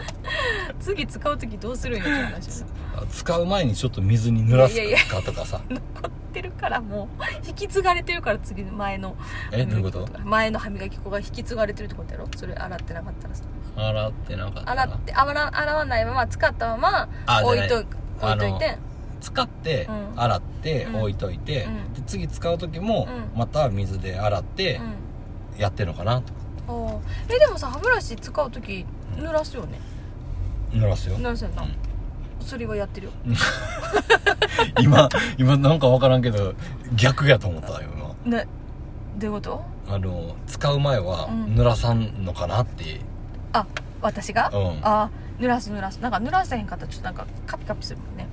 B: 次使う時どうするんやって話です
A: 使う前にちょっと水に濡らす
B: いやいや
A: かとかさ
B: 残ってるからもう引き継がれてるから次の前の
A: えどういうこと
B: 前の歯磨き粉が引き継がれてるってことやろそれ洗ってなかったらさ
A: 洗ってなかったな
B: 洗って洗わ洗わないまま使ったまま
A: あ
B: 置
A: じゃ
B: い
A: ない
B: と置いといて
A: 使って、
B: うん
A: 洗って、
B: うん
A: 置いといて、
B: うん
A: で次使う時も、
B: うん
A: また水で洗って
B: う、
A: やってるのかなと
B: んおーえでもさ歯ブラシ使う時濡らすよね
A: 濡らすよ
B: 濡らすよな、
A: うん
B: それはやってるよ
A: 今今なんか分からんけど逆やと思った今
B: などういうこと
A: あの使う前は
B: うん
A: 濡らさんのかなって、
B: あ私が、
A: うん
B: あ濡らす濡らすなんか濡らせへんかったらちょっとなんかカピカピするもんね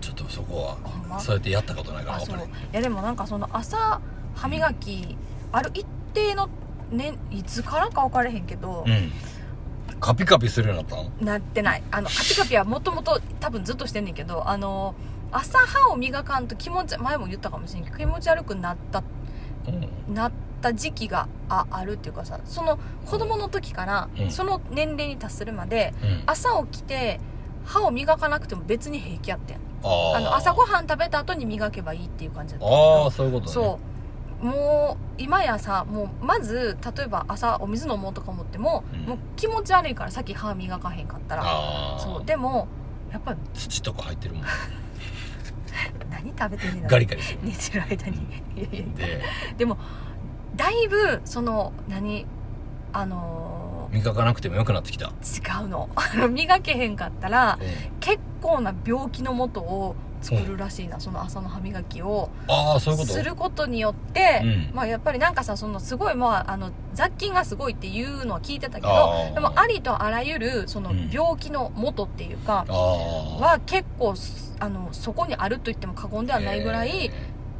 A: ちょっとそこ
B: ほんま
A: はそうやってやったことないから
B: あ
A: 分
B: そ
A: か
B: う
A: らん
B: いやでもなんかその朝歯磨きある一定の年いつからか分からへんけど、
A: うんカピカピするようになったん
B: なってないあのカピカピはもともと多分ずっとしてんねんけどあの朝歯を磨かんと気持ち前も言ったかもしれんけど気持ち悪くなった
A: うん
B: なった時期がああるっていうかさその子供の時から、
A: うん
B: その年齢に達するまで
A: うん
B: 朝起きて歯を磨かなくても別に平気やってん
A: あー
B: あの朝ごはん食べた後に磨けばいいっていう感じだったんやけど
A: ああそういうことね
B: そうもう今やさもうまず例えば朝お水飲もうとか思っても、
A: うん
B: もう気持ち悪いからさっき歯磨かへんかったら
A: ああ
B: そうでもやっぱ
A: 土とか入ってるもん
B: 何食べてんねん
A: ガリガリしてる
B: 寝てる間にいやいや
A: で
B: だいぶその何あの
A: 磨かなくても良くなってきた、
B: ー違うの あの磨けへんかったら
A: うん
B: 結構な病気のもとを作るらしいな、その朝の歯磨きを
A: ああそういうこと
B: することによって、
A: うん
B: まあ、やっぱりなんかさそのすごい、まあ、あの雑菌がすごいっていうのは聞いてたけど
A: あー
B: でもありとあらゆるその
A: うん
B: 病気の元っていうか、
A: ああ
B: は結構すあのそこにあると言っても過言ではないぐらい、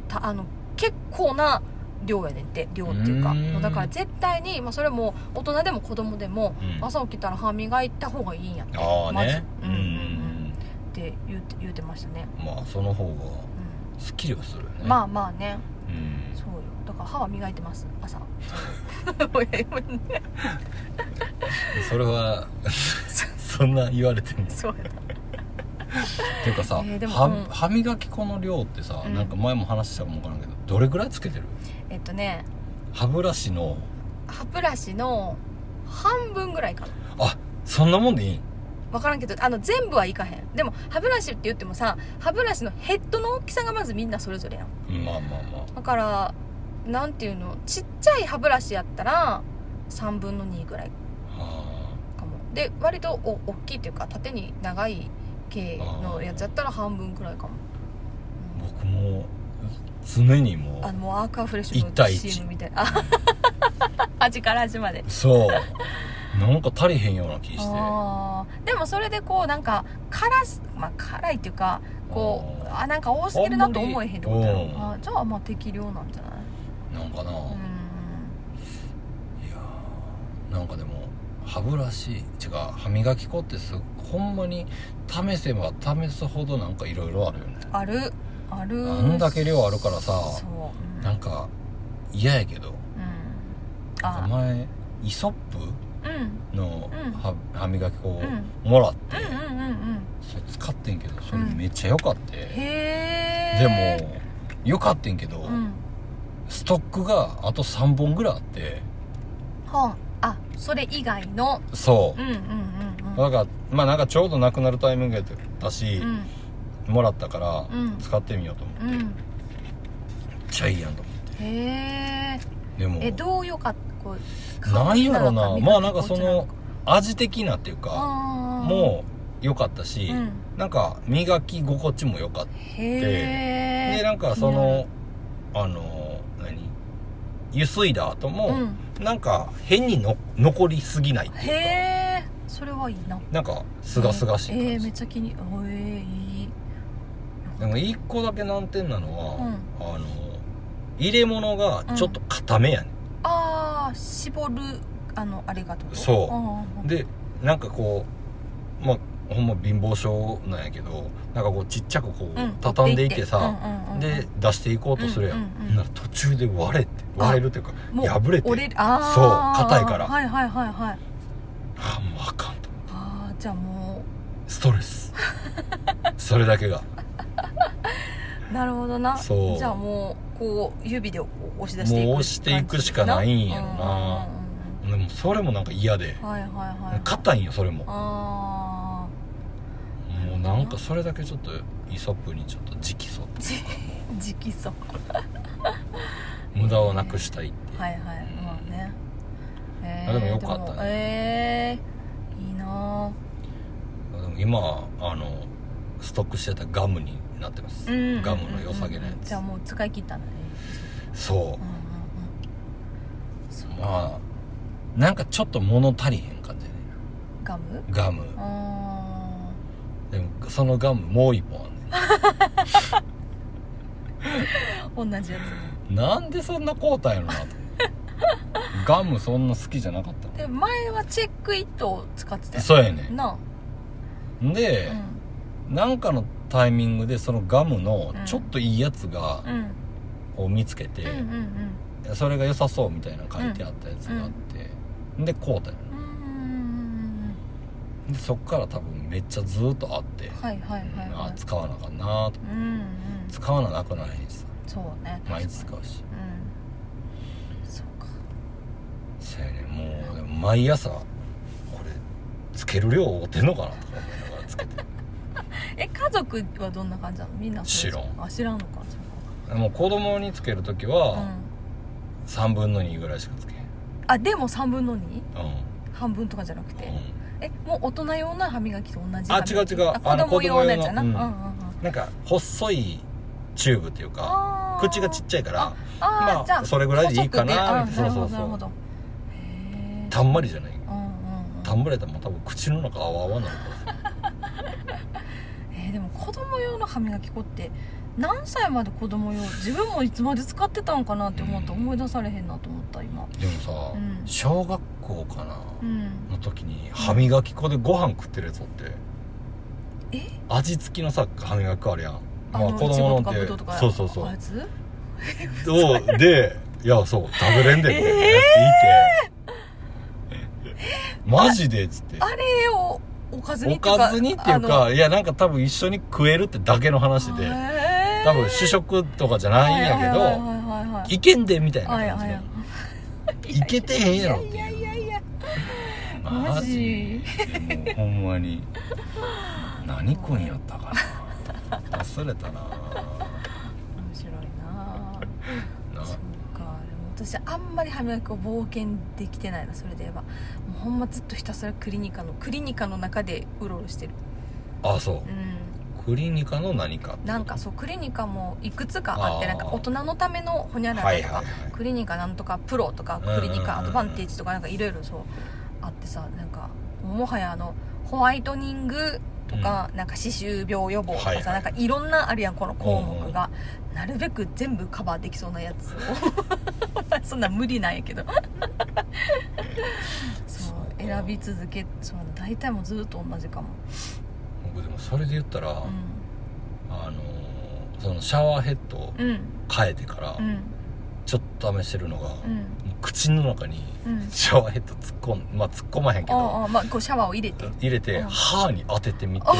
B: たあの結構な量やねんって量っていうか
A: うーん
B: もうだから絶対に、まあ、それも大人でも子供でも、
A: うん
B: 朝起きたら歯磨いた方がいいんやって
A: ああね、
B: ま
A: う
B: ずうんん
A: う
B: うんん
A: うん
B: って言うて言うてましたね、
A: まあその方が
B: う
A: スッキリはするよね
B: ん、まあまあね
A: うん
B: そうよだから歯は磨いてます朝もうええもんね
A: それ はそんな言われても
B: そうや
A: っていうかさ、
B: えーでも
A: は
B: うん
A: 歯磨き粉の量ってさ、
B: うん
A: なんか前も話したかも分からんけどどれぐらいつけてる
B: えっとね
A: 歯ブラシの
B: 歯ブラシの半分ぐらいかな
A: あそんなもんでいいん
B: 分からんけどあの全部はいかへんでも歯ブラシって言ってもさ歯ブラシのヘッドの大きさがまずみんなそれぞれやん
A: まあまあまあ
B: だからなんていうのちっちゃい歯ブラシやったら3分の2ぐらい
A: あ
B: かもで割とお大きいっていうか縦に長い系のやつやったら半分くらいかも
A: ー僕も常にも
B: あの
A: う
B: もうアーカーフレッシ
A: 一
B: ュの
A: 対一
B: CM みたいな あ端から端まで
A: そうなんか足りへんような気して
B: あーでもそれでこうなんか辛す、まあ、辛いっていうかこう
A: あー
B: あなんか多すぎるなと思えへんってことやろ
A: あんまりうん
B: あーじゃあまあ適量なんじゃない
A: なんかな、
B: う
A: い
B: ん
A: やーなんかでも歯ブラシ違う歯磨き粉ってすほんまに試せば試すほどなんかいろいろあるよね
B: あるある
A: あんだけ量あるからさ
B: そう
A: なんか嫌やけど
B: うん
A: なんか
B: あ
A: 前イソッ
B: うんうん
A: プの
B: うん
A: 歯,、歯磨き粉を
B: うん
A: もらって、
B: うんうんうん
A: それ使ってんけどそれめっちゃ良かって、
B: へえ
A: でも良かってんけど、
B: うん
A: ストックがあと3本ぐらいあって
B: 本あそれ以外の
A: そうう、
B: んうんうんうん
A: だからまあなんかちょうどなくなるタイミングやったし
B: う、ん
A: もらったから
B: うん
A: 使ってみようと思って、
B: う
A: めっ
B: ん
A: ちゃいいやんと思って
B: へー
A: でも
B: えどうよかったこう
A: なんやろな
B: 香り
A: まあ
B: の
A: なんかその味的なっていうか、
B: も
A: もう良かったし、なんか磨き心地も良かった
B: へえ
A: でなんかそのあの何ゆすいだ後も、
B: うん
A: なんか変にの残りすぎないっていう
B: へ
A: か
B: えそれはいいな
A: なんかすがすがしい感じ、
B: えーめっちゃ気におえーいい
A: でも一個だけ難点なのは、
B: うん
A: あの入れ物がちょっと固めやね、
B: ああ絞るあのあれがとか
A: そう
B: うん
A: ん、でなんかこうまあほんま貧乏症なんやけどなんかこうちっちゃくこう、
B: うん
A: 畳んでいってさ、
B: うんうんうん
A: で出していこうとするやん,、
B: うんうんうん
A: なら途中で割れて割れるっていうか
B: もう
A: 破れて
B: 折れるああ
A: そう硬いから
B: はいはいはいはい
A: あもうあかんと
B: ああじゃあも
A: ストレ スそれだけが
B: うなるほどな
A: そう
B: じゃあもうこう指でこう押し出していく
A: もう押していくしかないんやろな
B: うんうんうんうん
A: でもそれもなんか嫌で
B: はいはいはい
A: 硬いんよそれも
B: あ
A: もうなんかそれだけちょっとイソップにちょっと直訴って
B: あじ直訴
A: 無駄をなくしたいっていう、
B: はいはいまあねえ
A: あでもよかったね
B: でもええいい
A: で
B: な
A: も今あのストックしてたガムになってます、
B: あうん
A: ガムの良さげなやつ
B: じゃあもう使い切ったんだね
A: そ
B: うんうんうんそう
A: うまあなんかちょっと物足りへん感じね
B: ガム
A: ガム
B: あ
A: でもそのガムもう一本あんね
B: あ同じやつ
A: んなんでそんな交代やろなと 思ってガムそんな好きじゃなかったの
B: で前はチェックイットを使ってたよ
A: そうやね
B: なあ
A: んで、なんかのタイミングでそのガムの
B: うん
A: ちょっといいやつが
B: うん、うん
A: を見つけて、
B: うんうん
A: それが良さそうみたいなの書いてあったやつがあって、でこうだよ
B: うんうんうんうんうん
A: でそっから多分めめっちゃずっとあって、
B: はいはいはいは
A: あ
B: い
A: 使わなあかんなあと
B: うんうん
A: 使わななくないさ
B: そうね
A: 毎日使うし
B: うんそうか
A: そうやねもうでも毎朝これつける量合うてんのかなとか思いながらつけて
B: え家族はどんな感じなのみんなそれぞれ
A: 知ら
B: あ知らんのかそ
A: もう子供につける時
B: うかう
A: は
B: ん
A: 3分の2ぐらいしかつけへん
B: あでも3分の
A: う
B: 2
A: ん、
B: 半分とかじゃなくて、
A: うん
B: えもう大人用の歯磨きと同じ
A: あ違う違う
B: あ
A: あ
B: 子
A: の
B: 供用のやつやな
A: 子供用の
B: うんうんうん
A: なんか細いチューブっていうか
B: あー
A: 口がちっちゃいから
B: あー、
A: まあ
B: じゃあ
A: それぐらいでいいかな
B: 細くてあ
A: みたいな
B: なる
A: そうそうそう
B: ほどなるほどへー
A: たんまりじゃない
B: うんうんうん
A: たんまりやったらもう多分口の中泡泡になるからさ
B: えーでも子供用の歯磨き粉って何歳まで子供用自分もいつまで使ってたんかなって思った
A: うん
B: 思い出されへんなと思った今
A: でもさ、
B: うん
A: 小学校かな
B: うん
A: の時に歯磨き粉でご飯食ってるやつおって
B: え
A: 味付きのさ歯磨き粉あるやん
B: あ
A: まあ
B: の
A: 子供の
B: いちごとかぶどうとか
A: そうそうそう
B: あやつ
A: そうでいやそう食べれんでみたいなやついて、マジでっつって
B: あれをおかずに
A: おかずにっていう
B: あの
A: かいやなんか多分一緒に食えるってだけの話で
B: へー
A: 多分主食とかじゃないんやけど、
B: はいはいはいはいはい
A: けんでみたいな
B: はい
A: 感
B: は
A: じ
B: い
A: で、
B: はい
A: いけてへんやろっていう
B: いやいやいや
A: マジ もうほんまに何くんやったかな忘れたな
B: 面白い
A: な
B: なあそうかでも私あんまり歯磨きを冒険できてないなそれで言えばもうほんまずっとひたすらクリニカのクリニカの中でうろうろしてる
A: あそう
B: うん
A: クリニカの何かって
B: なんかそうクリニカもいくつかあって
A: あ
B: な
A: ー
B: んか大人のためのほにゃら
A: はい
B: らと
A: は
B: か
A: いはい
B: クリニカなんとかプロとか
A: うんうんうん
B: クリニカアドバンテージとかなんかいろいろそうあってさなんかもはやあのホワイトニングとか、なんか歯周病予防とかさ、
A: はいはい
B: なんかいろんなあるやんこの項目が、なるべく全部カバーできそうなやつを そんな無理なん やけどそう
A: そうか
B: 選び続けそう大体もうずっと同じかも、
A: 僕でもそれで言ったら、
B: う
A: あのーそのシャワーヘッドを
B: ん、うん
A: 変えてから
B: うん
A: ちょっと試してるのが、
B: うん
A: 口の中に
B: うん
A: シャワーヘッド突っ込んまあ突っ込まへんけど
B: ああまあこうシャワーを入れて
A: 入れて
B: うん
A: 歯に当ててみて
B: おお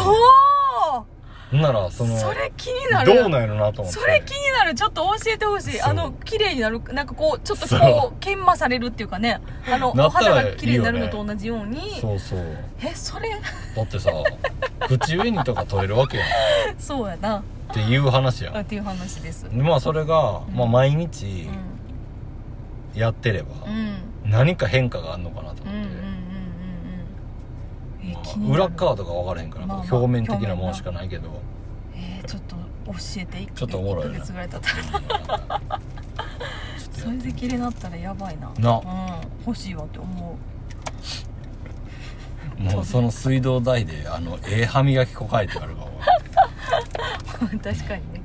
A: ほんならそ
B: そ
A: の
B: れ気になる
A: どうなんやろなと思って
B: それ気になるちょっと教えてほしい
A: そう
B: あの綺麗になるなんかこうちょっと
A: そ
B: こう研磨されるっていうかねあの
A: な
B: お
A: ったら
B: 肌が綺麗になる
A: いい
B: の
A: よね
B: と同じように
A: そうそう
B: えそれ
A: だってさ口紅とか取れるわけやん
B: そうやな
A: っていう話やん
B: っていう話です
A: でまあそれが、
B: うん
A: まあ、毎
B: う
A: 日
B: ん
A: やってれば
B: うん
A: 何か変化があるのかなと
B: うんうんうんう
A: 思って、
B: んうんえ
A: まあ
B: 気になる
A: 裏側とか分からへんから、
B: まあまあ
A: こう表面的なもんしかないけど、
B: えーちょっと教えて
A: ちょっとおもろい
B: 1
A: な
B: ヶ月ぐらい経ったらそれで綺麗になったらやばいな
A: な
B: うん欲しいわって思
A: もうその水道代であのええ歯磨き粉書いてあるわ
B: う 確かにね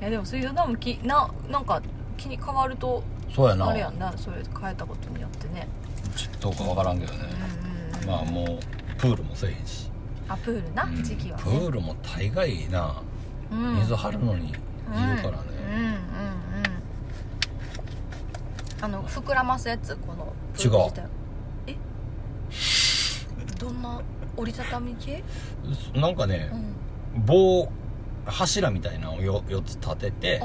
B: いやでも水道ダムきななんか気に変わると
A: 俺そうやな
B: あれやんなそれ変えたことによってね
A: ちょっとどうか分からんけどね
B: うんうんうん
A: まあもうプールもせえへんし、
B: あプールな
A: うん
B: 時期は
A: プールも大概な水張るのにいるから
B: うん
A: ね、
B: うんうんうんあの膨らますやつこのプ
A: 違う
B: ール自体えどんな折りたたみ系
A: なんかね
B: うん
A: 棒柱みたいなのをよ4つ立てて、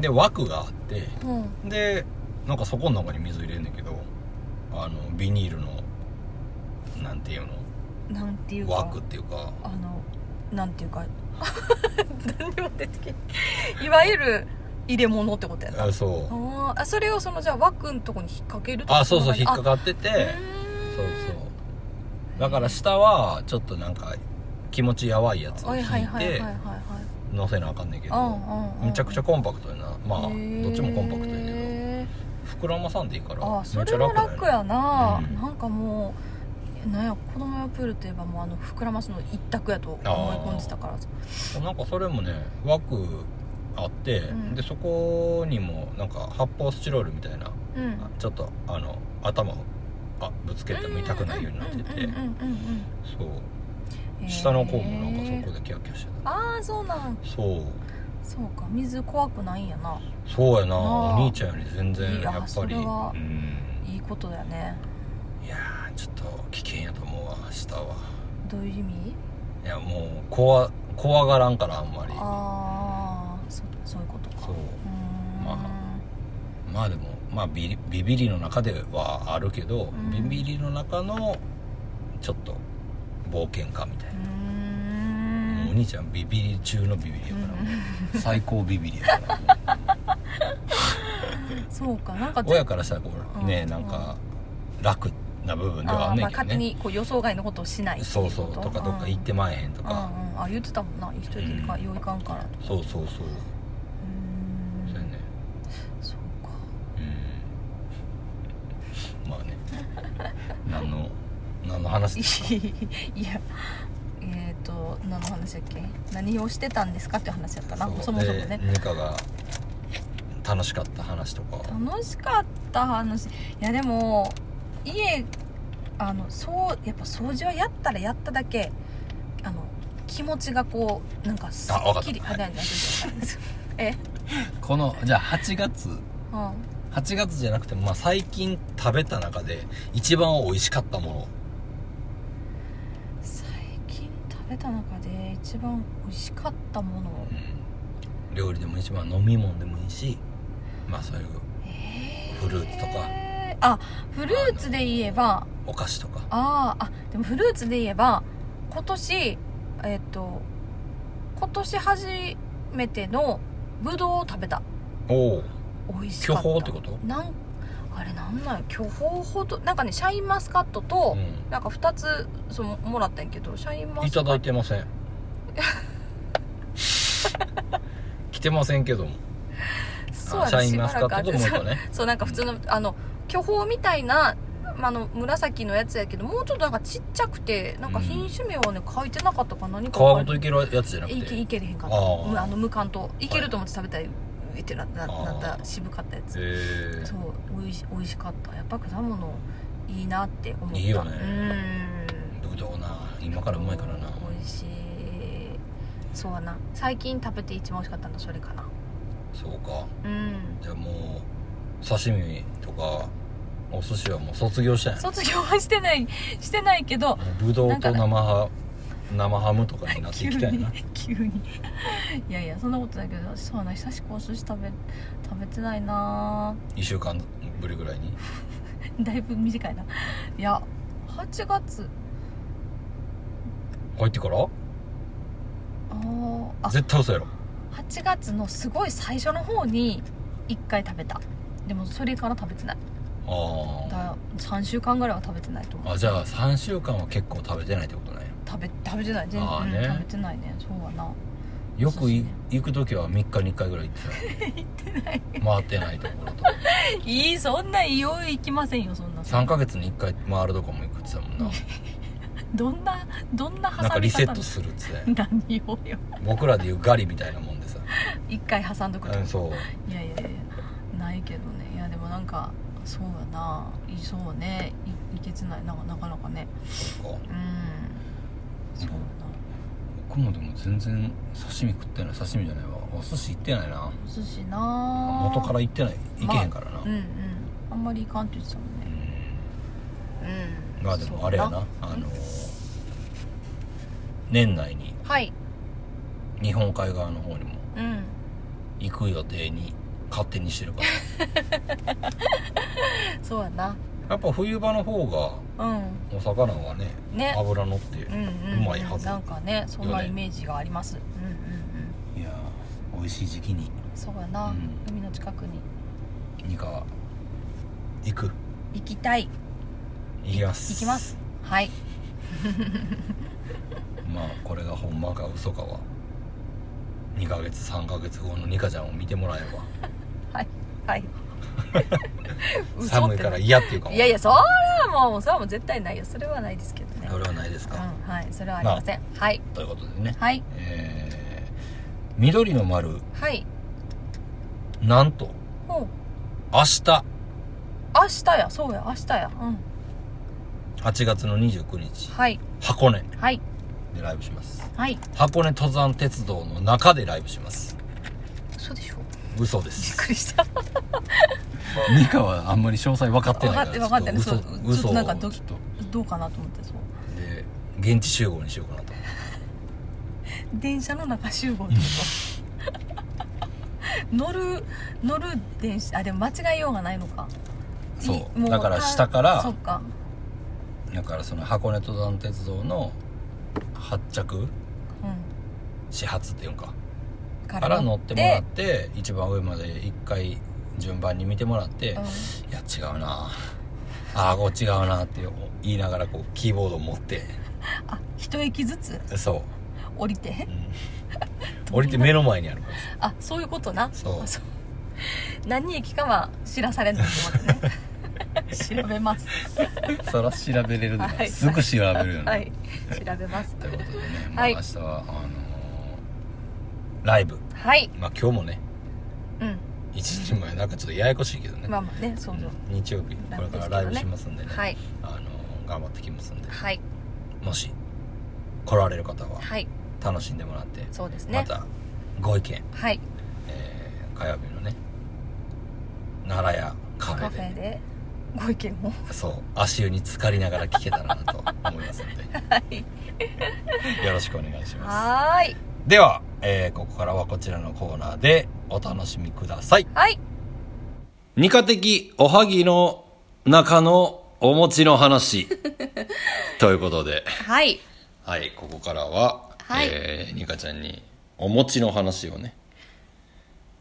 A: で枠があって
B: うんうん
A: でなんかそこの中に水入れんねんけどあのビニールのなんていう
B: なんていう
A: の
B: か
A: 枠っていうか
B: あのなんていうか 何にも出てけんいわゆる入れ物ってことやな
A: あそう
B: あーあそれをそのじゃあ枠のとこに引っ掛けるとか
A: あそうそう
B: の
A: 引っ
B: 中
A: か
B: に
A: かってて
B: あ
A: そうそうだから下はちょっとなんか気持ちやばいやつを
B: はい
A: 引
B: はい
A: い
B: はいはいはい
A: て
B: はい
A: 乗せなあかんねんけ
B: うん
A: ど
B: うんうん
A: めちゃくちゃコンパクトやなまあど
B: へー
A: っちもコンパクトやねんけど膨らまさんでいいから
B: あ
A: め
B: そ
A: っち
B: れ
A: ゃ
B: は
A: 楽だよ
B: 楽やな、
A: うん
B: なんかもうなんや子供用プールといえばもうあの膨らますの一択やと思い込んでたからさ
A: なんかそれもね枠あって、
B: うん
A: でそこにもなんか発泡スチロールみたいな
B: うん
A: ちょっとあの頭をあぶつけても痛くないようになってて
B: うんうんうんうん
A: そう
B: うんうん
A: 下の方もなんかそ
B: へー
A: こでキャッキャしてた
B: ああそうなん
A: そう
B: そうか水怖くないんやな
A: そうやな
B: あ
A: お兄ちゃんより全然
B: いや
A: やっぱ
B: そ
A: り
B: れは
A: うん
B: いいことだよね
A: いやーちょっと危険やと思うわ下は
B: どういう意味
A: いやもう怖怖がらんからあんまり
B: ああそそういうこと
A: そ
B: か
A: う
B: うーん
A: ままあでもまあビリビビリの中ではあるけど、
B: ん
A: ビビリの中のちょっと冒険家みたいう
B: ー
A: な、もうお
B: ん
A: 兄ちゃんビビリ中のビビリやから、最高ビビリや から
B: そうかなんか
A: 親からしたらこうね、
B: うん
A: なんか楽な部分では
B: あ
A: あ
B: ー
A: んね
B: まあ
A: んけど
B: 勝手
A: ね、
B: にこう予想外のことをしないってい
A: そう
B: こ
A: そうとかどっか行ってまえへんと
B: と
A: か、
B: うんうんあ言ってたもんな一人で行か、
A: うん
B: よいかんからと
A: そうそうそう
B: うーん
A: そうやね
B: そうか
A: うんまあ ね何の何の話ですか
B: いやえっ、と何の話だっけ何をしてたんですかっていう話だったなそもそもね
A: でニカが楽しかった話とか
B: 楽しかった話いやでも家あのそうやっぱ掃除はやったらやっただけあの気持ちがこうなんかす
A: あわか
B: っ
A: った
B: きり
A: はい
B: あれやね え
A: このじゃあ8月
B: うん
A: 8月じゃなくても、まあ、最近食べた中で一番美味しかったも
B: 最近食べた中で一番美味しかったも
A: の、
B: の
A: うん料理でも一番飲み物でもいいしまあそういう
B: えー
A: フルーツとか
B: あフルーツで言えば
A: お菓子とか
B: あーあでもフルーツで言えば今年えっ、と今年初めてのブドウを食べた
A: おお
B: 美味しか
A: 巨
B: った
A: 峰ってこと
B: なんあれなんなんや巨峰ほどなんかねシャインマスカットと、
A: う
B: なんか2つそのもらったんやけどシャインマ
A: んい
B: スカ
A: た
B: ッ
A: だ
B: ト
A: いてません来てませんけども
B: そう
A: あ
B: や
A: シ
B: な
A: ャインマスカットともう
B: し
A: 一
B: ばら
A: 個
B: く
A: ね
B: そうなんか普通のあの巨峰みたいな、まあ、あの紫のやつやけどもうちょっとなんかちっちゃくてなんか品種名はね書いてなかったか何
A: 皮
B: かわか
A: ご
B: んな
A: と
B: い
A: いけるやつじゃなく
B: いけ
A: て
B: いけれへんかった
A: あー
B: むあの無感といけると思って食べたら、ういってなな
A: あー
B: なった渋かったやつ
A: え
B: そうおいし美味しかったやっぱ果物いいなって思った
A: いいよね
B: うん
A: ー、ぶどうな今からうまいからな
B: 美味しいそうやな最近食べて一番美味しかったのそれかな
A: そうか
B: うん
A: じゃあもう刺身とかお寿司はもう卒業したんや
B: 卒業はしてないしてないけど
A: もうぶどうと生ハ生ハムとかになって
B: 急
A: い
B: に
A: きたい な
B: 急にいやいやそんなことないけどそうやな久しくお寿司食べ食べてないな
A: 1週間ぶりぐらいに
B: だいぶ短いないや8月
A: 入ってから
B: あーあ
A: 絶対嘘やろ
B: 8月のすごい最初の方に1回食べたでもそれから食べてない
A: あ
B: だ3週間ぐらいは食べてないと思う
A: ーあじゃあ3週間は結構食べてないってことね
B: 食べ食べてない全然
A: あ、ーね
B: うん食べてないねそうはな
A: よく
B: そう
A: い
B: ですね
A: 行く時は3日に1回ぐらい行ってた回ってないところとか
B: いいそんなよい行きませんよそんな
A: 3ヶ月に1回回るとこも行くって言ってたもん
B: どんなどんな
A: な
B: 挟み
A: なん
B: 方
A: かリセットするっつって
B: 何をよ
A: 僕らでいうガリみたいなもんでさ、
B: 一回挟んどくと
A: うん、そう
B: いやいやいやないけどねいやでもなんかそうやないそうねいいけてないななかなかね
A: そうか
B: うんそうやな
A: 僕もでも全然刺身食ってない刺身じゃないわお寿司行ってないな
B: お寿司な
A: 元から行ってない行けへんからな、
B: うんうんあんまりいかんって言ってたもんねうん
A: まあで
B: そう
A: もあれやなあの年内に
B: はい
A: 日本海側の方にも
B: うん
A: 行く予定に勝手にしてる から
B: そうやな
A: やっぱ冬場の方が
B: うん
A: お魚はね
B: ね
A: 脂乗ってる
B: うんうんん
A: うまいはず
B: なんかねそんな
A: よね
B: イメージがあります、うんうんう
A: いやー美味しい時期に
B: んそうやな、
A: うん
B: 海の近くに
A: ニカ行く
B: 行きたい
A: 行きます
B: 行きますはい
A: まあこれがほんまか嘘かは2ヶ月3ヶ月後のニカちゃんを見てもらえば
B: はい はい嘘ってな
A: 寒いから嫌っていうかも
B: いやいやそれはもうそれはもう絶対ないよそれはないですけどね
A: それはないです
B: うん
A: か、
B: はいそれはありません、はい
A: ということでね
B: はい
A: えー、緑の丸
B: はい
A: なんと
B: もう
A: 明日
B: 明日やそうや明日やうん
A: 8月の29日
B: はい
A: 箱根
B: はい
A: でライブします
B: はい
A: 箱根登山鉄道の中でライブします
B: そうでしょ
A: 嘘で
B: びっ
A: す
B: くりした
A: 美香はあんまり詳細分かってないから
B: 分かって分かって
A: ちょ
B: ない
A: っと
B: そう
A: 嘘
B: ちょっとなんか
A: 嘘を
B: ド
A: ち
B: キ
A: ょっと
B: どうかなと思ってそう
A: で現地集合にしようかなと
B: 電車の中集合ってこと 乗る乗る電車あでも間違えようがないのか
A: そう
B: いも
A: だから下から
B: そっか
A: だからその箱根登山鉄道の発着
B: うん
A: 始発っていうんか
B: か
A: から乗ってもらって一番上まで一回順番に見てもらって、
B: うん
A: いや違うなああこう違うなって言いながらこうキーボードを持って
B: あ一駅ずつ
A: そ
B: 降りて
A: う、うん、降りて目の前にあるから
B: あ そういうことな
A: そう
B: あ何駅かは知らされないって ことね調べます
A: そら調べれるね、
B: はい
A: すぐ調べるよね、
B: はい調べます
A: ということでね、まあ、
B: はい
A: 明日はあのーライブ
B: はい
A: まあ今日もね
B: うん
A: 一日前なんかちょっとややこしいけどね、
B: まあまあねそうそう、
A: うん日曜日これからライブしますんでね
B: はい
A: あのー頑張ってきますんで
B: はい
A: もし来られる方は
B: はい
A: 楽しんでもらって、
B: そうですね
A: またご意見、
B: はい
A: えー火曜日のね奈良やカフ
B: カ
A: ェ
B: フ
A: で
B: ェでご意見も
A: そう足湯に浸かりながら聞けたらなと思いますので
B: はい
A: よろしくお願いします
B: はーい
A: では、えーここからはこちらのコーナーでお楽しみください
B: はい
A: 二課的おはぎの中のお餅の 話ということで
B: はい
A: はいここからは、
B: はい
A: えー二課ちゃんにお餅の話をね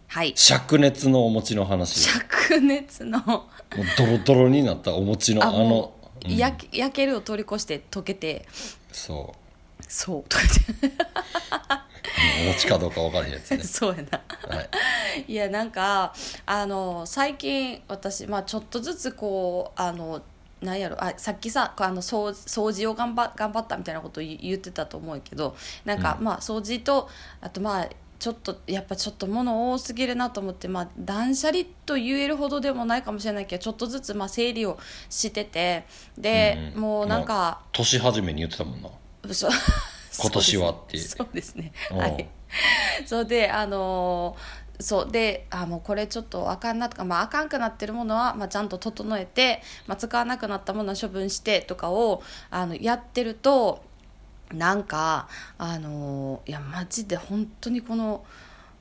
B: はい
A: 灼熱のお餅の話を
B: 灼熱の
A: もうドロドロになったお餅のあ
B: あ
A: の
B: もう、焼け焼けるを通り越して溶けて
A: そう
B: そう溶け
A: お餅かどうか分からへんやつね
B: て そうやな
A: はい
B: いやなんかあの最近私、まあ、ちょっとずつこうあのなんやろあさっきさあの掃掃除を頑張頑張ったみたいなこと言言ってたと思うけどなんか、まあ掃除とあとまあちょっとやっぱちょっと物多すぎるなと思って、まあ、断捨離と言えるほどでもないかもしれないけどちょっとずつまあ整理をしててで、
A: うん
B: もうなんか、
A: 年始めに言ってたもんな
B: そう
A: 今年はって
B: そうですね
A: うん
B: はいそうであのーそうであもうこれちょっとあかんなとか、まあ、あかんくなってるものは、まあ、ちゃんと整えて、まあ、使わなくなったものは処分してとかをあのやってるとなんかあのーいやマジで本当にこの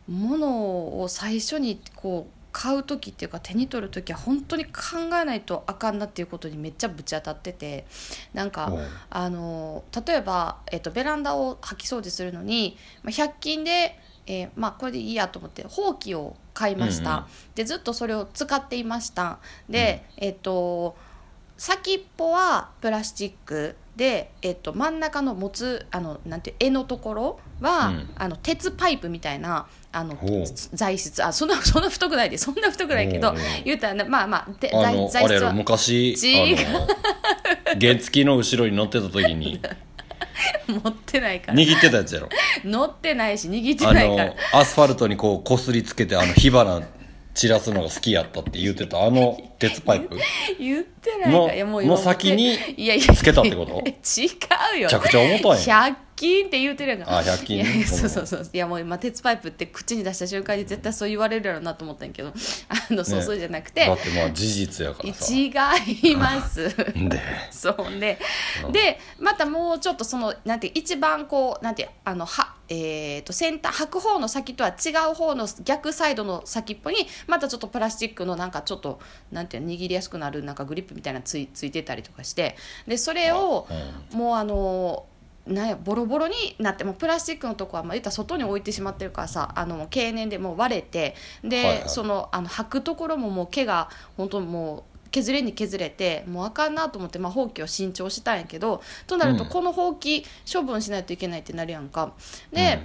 B: 物を最初にこう買う時っていうか手に取る時は本当に考えないとあかんなっていうことにめっちゃぶち当たっててなんか。
A: おう
B: あの例えば、えっとベランダを掃き掃除するのにまあ100均で、えーまあ、これでいいやと思ってほうきを買いました、
A: うんうん
B: でずっとそれを使っていましたで、えっと先っぽはプラスチックで、えっと真ん中の持つあのなんていう柄のところは、
A: うん
B: あの鉄パイプみたいなあの
A: ほう
B: 材質あそんなそんな太くないでそんな太くないけ
A: お
B: ど
A: うおう
B: 言うたらなまあまあで
A: あ
B: 材
A: の
B: 材
A: あれ
B: 質
A: やろ
B: は
A: 昔
B: 違う
A: あの原付の後ろに乗ってた時 に
B: 持ってないから
A: 握ってたやつやろ
B: 乗ってないし握って
A: あ
B: ないから
A: のアスファルトにこうこすりつけてあの火花散らすのが好きやったって言ってたあの鉄パイプ
B: 言ってないから
A: の
B: いやもう
A: の先に
B: いやいや
A: つけたってこと
B: 違う
A: め
B: よ
A: ちゃくちゃ重たいんや
B: 100均って言うてるやんか
A: あ100均ね
B: いやいや
A: ほん
B: そ
A: ま
B: うそうそういやもう今鉄パイプって口に出した瞬間に絶対そう言われるやろうなと思ったんやけどあのそう
A: ね
B: そうじゃなくて、
A: だってまあ事実やからさ
B: 違います
A: で
B: そうね
A: う。ん
B: で、またもうちょっとその、なんていう、一番こう、なんていう、あの、は、えっ、と、先端、履く方の先とは違う方の逆サイドの先っぽに、またちょっとプラスチックのなんかちょっと、なんていうの、握りやすくなる、なんかグリップみたいなのついついてたりとかして、で、それを、もうあのなんやボロボロになってもうプラスチックのとこはまあ言ったら外に置いてしまってるからさあのもう経年でもう割れてで、
A: はいはい
B: そのあの履くところももう毛が本当もう削れに削れてもうあかんなと思って、まあ、ほうきを新調したんやけどとなると
A: うん
B: このほうき処分しないといけないってなるやんか。で、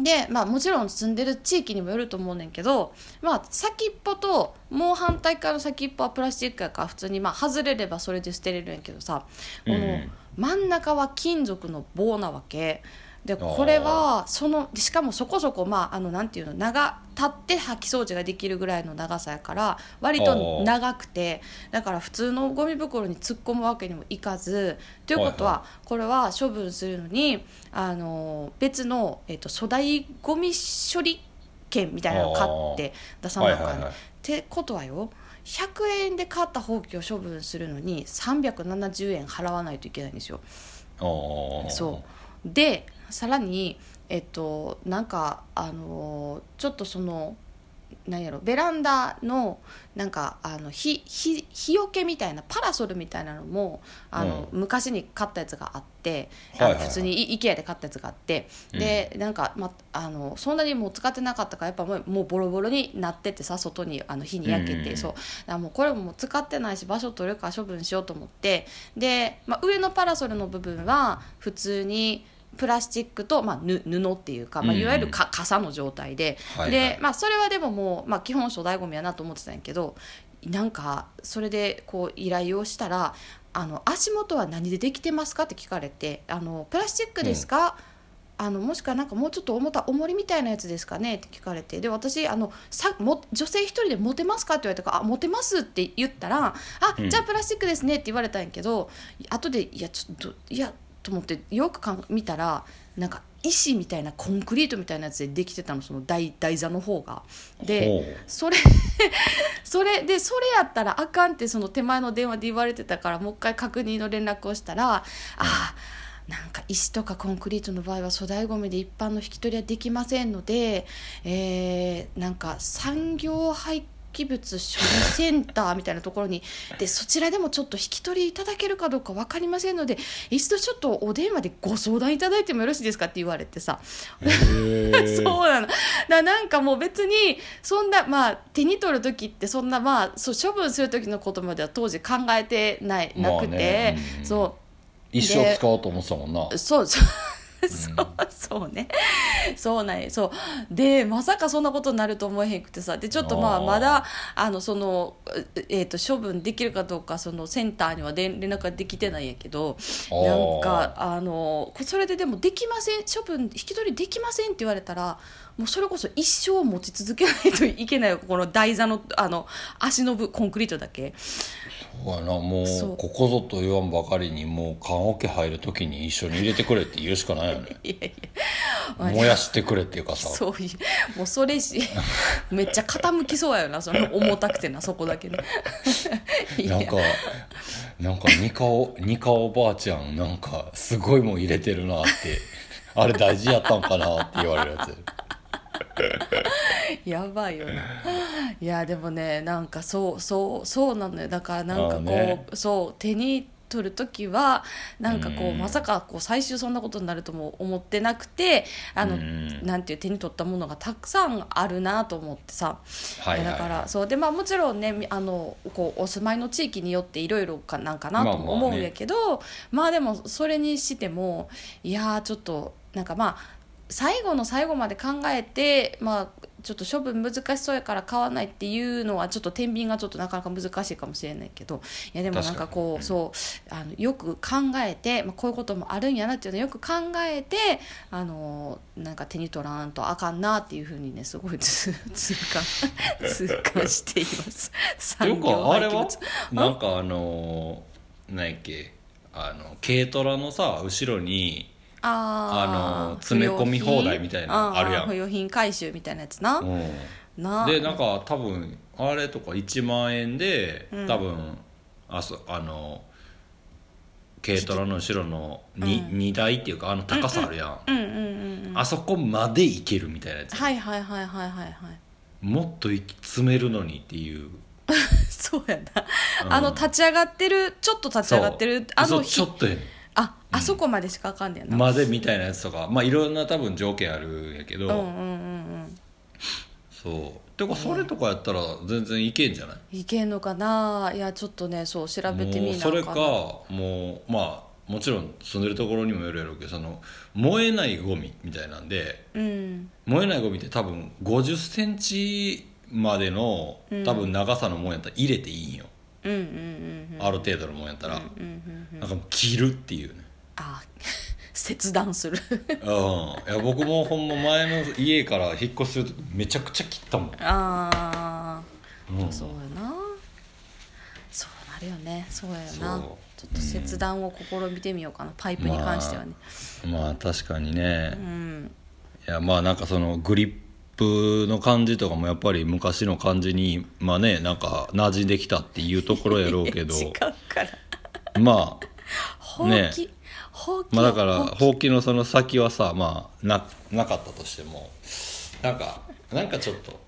B: で、まあ、もちろん住んでる地域にもよると思うねんけど、まあ、先っぽともう反対側の先っぽはプラスチックやから普通にまあ外れればそれで捨てれるんやけどさこ
A: うん
B: の真ん中は金属の棒なわけでこれはそのしかもそこそこまああのなんていうの長立って掃き掃除ができるぐらいの長さやから割と長くてだから普通のゴミ袋に突っ込むわけにもいかずということ
A: はい
B: はこれは処分するのにあの別の、えっと粗大ゴミ処理券みたいなのを買って出さ
A: は
B: ないあ
A: はい
B: かんねん
A: はい
B: ってことはよ100円で買ったほうきを処分するのに370円払わないといけないんですよ。
A: あー
B: そうでさらにえっとなんかあのちょっとそのなんやろベランダのなんかあの日日日よけみたいなパラソルみたいなのもあの、昔に買ったやつがあって、
A: はいはいは
B: あの
A: い
B: 普通にイ IKEA で買ったやつがあって、でなんか、ま、あのそんなにもう使ってなかったからやっぱもうもうボロボロになっててさ外にあの火に焼けて、
A: うんうんうん
B: そうだからもうこれももう使ってないし場所取るから処分しようと思ってで、ま、上のパラソルの部分は普通に。プラスチックと、まあ、ぬ布っていうか、まあ、
A: うんうん
B: いわゆるか傘の状態で、
A: はいはい
B: で、まあ、それはでももう、まあ、基本粗大ごみやなと思ってたんやけどなんかそれでこう依頼をしたら「あの足元は何でできてますか?」って聞かれて「あのプラスチックですかあのもしくはなんかもうちょっと重た重りみたいなやつですかねって聞かれてで私あのさも女性一人でモテますかって言われたから「あモテます」って言ったら「あ
A: うん
B: じゃあプラスチックですね」って言われたんやけど後で「いやちょっといや」と思ってよくかん見たらなんか石みたいなコンクリートみたいなやつでできてたのその台台座の方が。で
A: ほう
B: それ それでそれやったらあかんってその手前の電話で言われてたからもう一回確認の連絡をしたら「ああなんか石とかコンクリートの場合は粗大ごみで一般の引き取りはできませんので、えーなんか産業廃棄物処理センターみたいなところにでそちらでもちょっと引き取りいただけるかどうか分かりませんので一度ちょっとお電話でご相談いただいてもよろしいですかって言われてさ
A: へ ー
B: そうなのななんかもう別にそんなまあ手に取る時ってそんなまあそう処分する時のことまでは当時考えてない
A: まあ
B: な
A: ね
B: くて、
A: うん
B: そ
A: 一生使おうと思ってたもんな
B: うそうそうそうそうねそうなんやそうでまさかそんなことになると思えへんくてさでちょっとまあ
A: あー
B: まだあのその、えー、と処分できるかどうかそのセンターには連連絡ができてないんやけどなんかあのこそれででもできません処分引き取りできませんって言われたらもうそれこそ一生持ち続けないといけないよこの台座のあの足の部コンクリートだけ
A: そうやなもう
B: そう
A: ここぞと言わんばかりにもう棺桶入る時に一緒に入れてくれって言うしかないよね
B: いやいや
A: 燃やしてくれっていうかさ
B: そういうもうそれ しめっちゃ傾きそうやよなその重たくてなそこだけねいや
A: なんかなんかニカオニカおばあちゃんなんかすごいもん入れてるなってあれ大事やったんかなって言われるやつ
B: やばいよな。いやでもねなんかそうそうそうなのよだからなんかこ
A: あー
B: う、
A: ね
B: そう手に取る時はなんかこう
A: うん
B: まさかこう最終そんなことになるとも思ってなくてあの、
A: うん
B: なんていう手に取ったものがたくさんあるなと思ってさ、
A: はいはいはい
B: だからそうでまあもちろんねみあのこうお住まいの地域によっていろいろかなんかなとも思うんやけど、まあでもそれにしてもいやーちょっとなんかまあ最後の最後まで考えてまあちょっと処分難しそうやから買わないっていうのはちょっと天秤がちょっとなかなか難しいかもしれないけどいやでもなんかこう
A: 確
B: そうあのよく考えて、まあ、こういうこともあるんやなっていうのをよく考えてあのなんか手に取らんとあかんなっていうふうにねすごいつ 痛感痛感して います。
A: っていう
B: 産業
A: かあ
B: 廃
A: れ
B: 棄物
A: はなんかあのー何やっけあの軽トラのさ後ろに
B: あー
A: あの詰め込み放題みたいなのあるやん
B: ー不用品回収みたいなやつな、
A: うん
B: な
A: でなんか多分あれとか1万円で
B: うん
A: 多分あそあの軽トラの後ろの 2,、
B: うん
A: 二台っていうかあの高さあるやん、
B: うんうんうんうん
A: あそこまで行けるみたいなやつ、
B: はいはいはいはいはい はい
A: もっと行き詰めるのにっていう、
B: そうやな、
A: うん
B: あの立ち上がってるちょっと立ち上がってるあ
A: そ
B: の
A: う
B: ひ
A: ちょっとやね
B: ああそこまでしかあかんねや
A: ん
B: な、
A: までみたいなやつとかまあいろんな多分条件あるんやけど、
B: うんうんうんうん
A: そうてかそれとかやったら全然いけんじゃない、
B: いけんのかないやちょっとねそう調べて
A: もう
B: みなあ
A: それ
B: ん
A: か
B: な
A: もうまあもちろん住んでるところにもよるやろうけどその燃えないゴミみたいなんで
B: うん
A: 燃えないゴミって多分5 0センチまでの
B: うん
A: 多分長さのもんやったら入れていいんよ、
B: うんうんうんうん
A: ある程度のもんやったら、
B: うんうんうん
A: なんかもう切るっていうね
B: あ 切断する
A: うん、いや僕もほんま前の家から引っ越しする時めちゃくちゃ切ったもん、
B: ああ、
A: うん、
B: そうやなそうなるよねそうやよな
A: そう
B: ちょっと切断を試みてみようかなパイプに関してはね、
A: まあ確かにね、
B: うん
A: いやまあなんかそのグリップの感じとかもやっぱり昔の感じにまあねなんか馴染ん できたっていうところやろうけど
B: 違うから
A: ま
B: ほうき、
A: ね
B: ほうき
A: まあだからほうきのその先はさまあななかったとしてもなんかなんかちょっと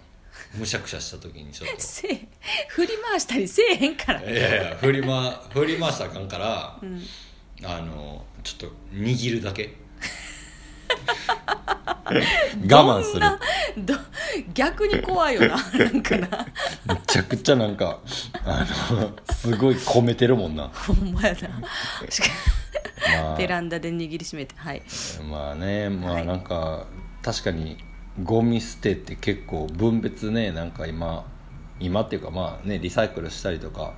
A: むしゃくしゃした時にちょっと
B: せえ振り回したりせえへんから
A: いやいや振り,、ま、振り回したらあかんから、
B: ん
A: あのちょっと握るだけ 我慢する
B: ど逆に怖いよ ななんかな
A: めちゃくちゃなんかあのすごい込めてるもんな、
B: ほんまやなしか
A: まあ
B: ベランダで握りしめてはい
A: まあねま
B: は
A: あ
B: い
A: なんか、確かにゴミ捨てって結構分別ねなんか今今っていうかまあねリサイクルしたりとか、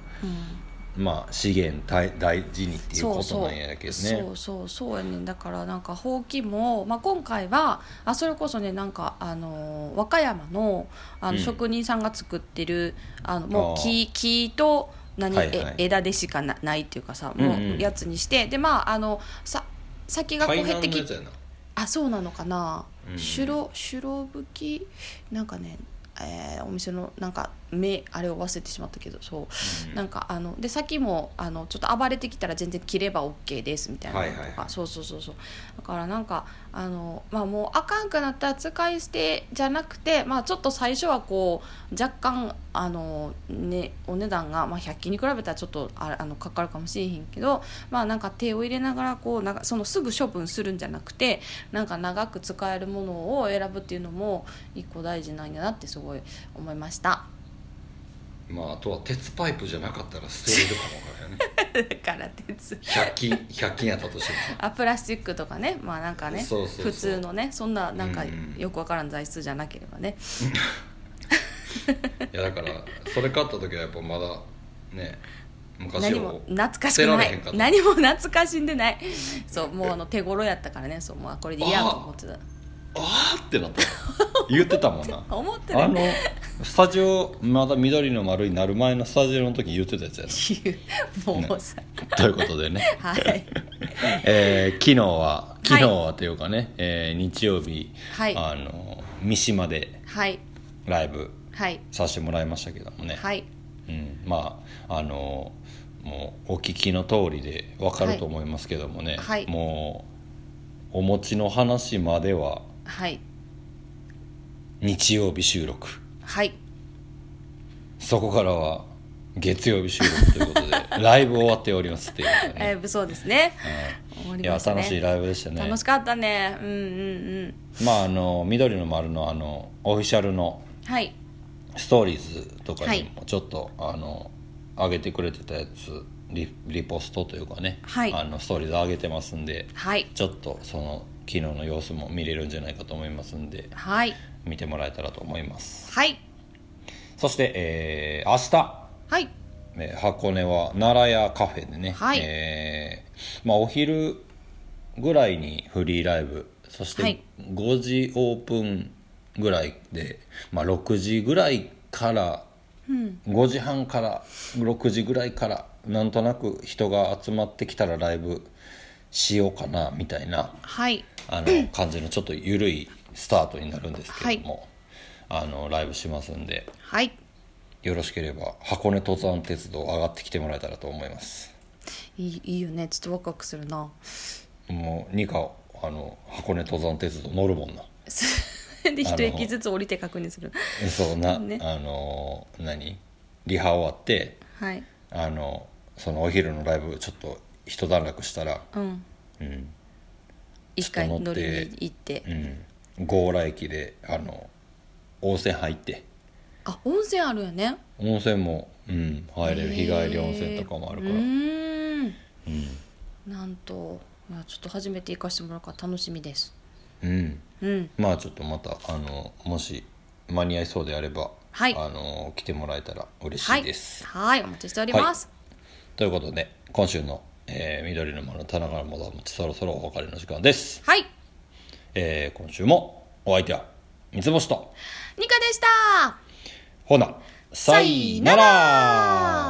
A: まあ資源大大事にっていう
B: そ
A: こ
B: う
A: と
B: そ
A: な
B: うん
A: やけどね
B: そうそうそうやねんだからなんかほうきも、まあ、今回はあそれこそねなんかあのー和歌山のあの
A: うん
B: 職人さんが作ってる、あのも
A: あ
B: う
A: ー
B: 木木と何、
A: はいはい
B: え枝でしかなないっていうかさ
A: うんうん
B: もうやつにして、でまああのさ先がこう
A: 海
B: 減って
A: 南の
B: き
A: やつやな
B: あそうなのかな
A: うん
B: 白白吹きなんかね、えーお店のなんか目あれを忘れてしまったけどそう、
A: うん
B: なんかあので先もあのちょっと暴れてきたら全然切れば OK ですみたいなのとか、
A: はいはい
B: そうそうそうそうだからなんかあの、まあ、もうあかんくなったら使い捨てじゃなくて、まあ、ちょっと最初はこう若干あの、ね、お値段が、まあ、100均に比べたらちょっとああのかかるかもしれへんけど、まあ、なんか手を入れながらこうなんかそのすぐ処分するんじゃなくてなんか長く使えるものを選ぶっていうのも一個大事なんやなってすごい思いました。
A: まああとは鉄パイプじゃなかったら捨てれるかもわからんよ ね
B: だから鉄
A: 100均100均やったとしても
B: あプラスチックとかねまあなんかね
A: そうそうそう
B: 普通のねそんななんか
A: うんうん
B: よくわからん材質じゃなければね、
A: いやだからそれ買った時はやっぱまだね昔
B: 何
A: を
B: も懐かしくな
A: 捨てられへん
B: い
A: かった
B: 何も懐かしんでないそうもうあの手頃やったからねそうもうあこれで嫌やと思って
A: あーってなった言ってたもんな
B: た 思ってな
A: あ
B: い
A: のスタジオまだ緑の丸になる前のスタジオの時に言ってたやつやな
B: もうさ、
A: ということでね、
B: はい
A: えー昨日は昨日はというかね、えー日曜日、
B: はい
A: あの三島で
B: はい
A: ライブ
B: はい
A: させてもらいましたけどもね、
B: はい
A: うん、まああのもうお聞きの通りでわかると思いますけどもね、
B: はいはい
A: もうお持ちの話までは
B: はい
A: 日曜日収録
B: はい
A: そこからは月曜日収録ということでライブ終わっておりますっていうことでね
B: えー、そうですね終わ
A: うんい
B: り
A: や
B: ました
A: 楽
B: ね
A: しいライブでしたね
B: 楽しかったねうんうんうん
A: まああの緑の丸のあのオフィシャルの
B: はい
A: ストーリーズとかにもちょっと、あの上げてくれてたやつリリポストというかね、
B: はい
A: あのストーリーズ上げてますんで
B: はい
A: ちょっとその昨日の様子も見れるんじゃないかと思いますんで
B: はい
A: 見てもらえたらと思います
B: はい
A: そして、えー明日
B: はい
A: えー箱根は奈良屋カフェでね、
B: はい
A: えーまあ、お昼ぐらいにフリーライブそし
B: はい
A: て5時オープンぐらいで、まあ、6時ぐらいから、5時半から6時ぐらいからなんとなく人が集まってきたらライブしようかなみたいな
B: はい
A: あの 感じのちょっと緩いスタートになるんですけれども、あのライブしますんで。
B: はい
A: よろしければ箱根登山鉄道上がってきてもらえたらと思います
B: いいいいよねちょっとワクワクするな
A: もうニカあの箱根登山鉄道乗るもんな
B: それで一駅ずつ降りて確認する
A: えそうな、
B: ね
A: あの何リハ終わって
B: はい
A: あのそのお昼のライブちょっと一段落したら
B: うん
A: うん、
B: 一回
A: ちょっと乗
B: 乗
A: って
B: りに行って
A: うん、強羅駅であの温泉入って
B: あ温泉あるよね
A: 温泉も、うん、入れる日帰り温泉とかもあるから、
B: へーう
A: うん
B: ーんなんといやちょっと初めて行かしてもらうから楽しみです
A: うん、
B: うん
A: まあちょっとまたあのもし間に合いそうであれば、
B: はい
A: あの来てもらえたら嬉
B: は
A: しい
B: い
A: です。
B: はいお待ちしております
A: ということで今週の、えー緑の丸の田中のもだもちそろそろお別れの時間です。
B: はい、
A: えー今週もお相手は三つ星と
B: ニカでした
A: ほなさいなら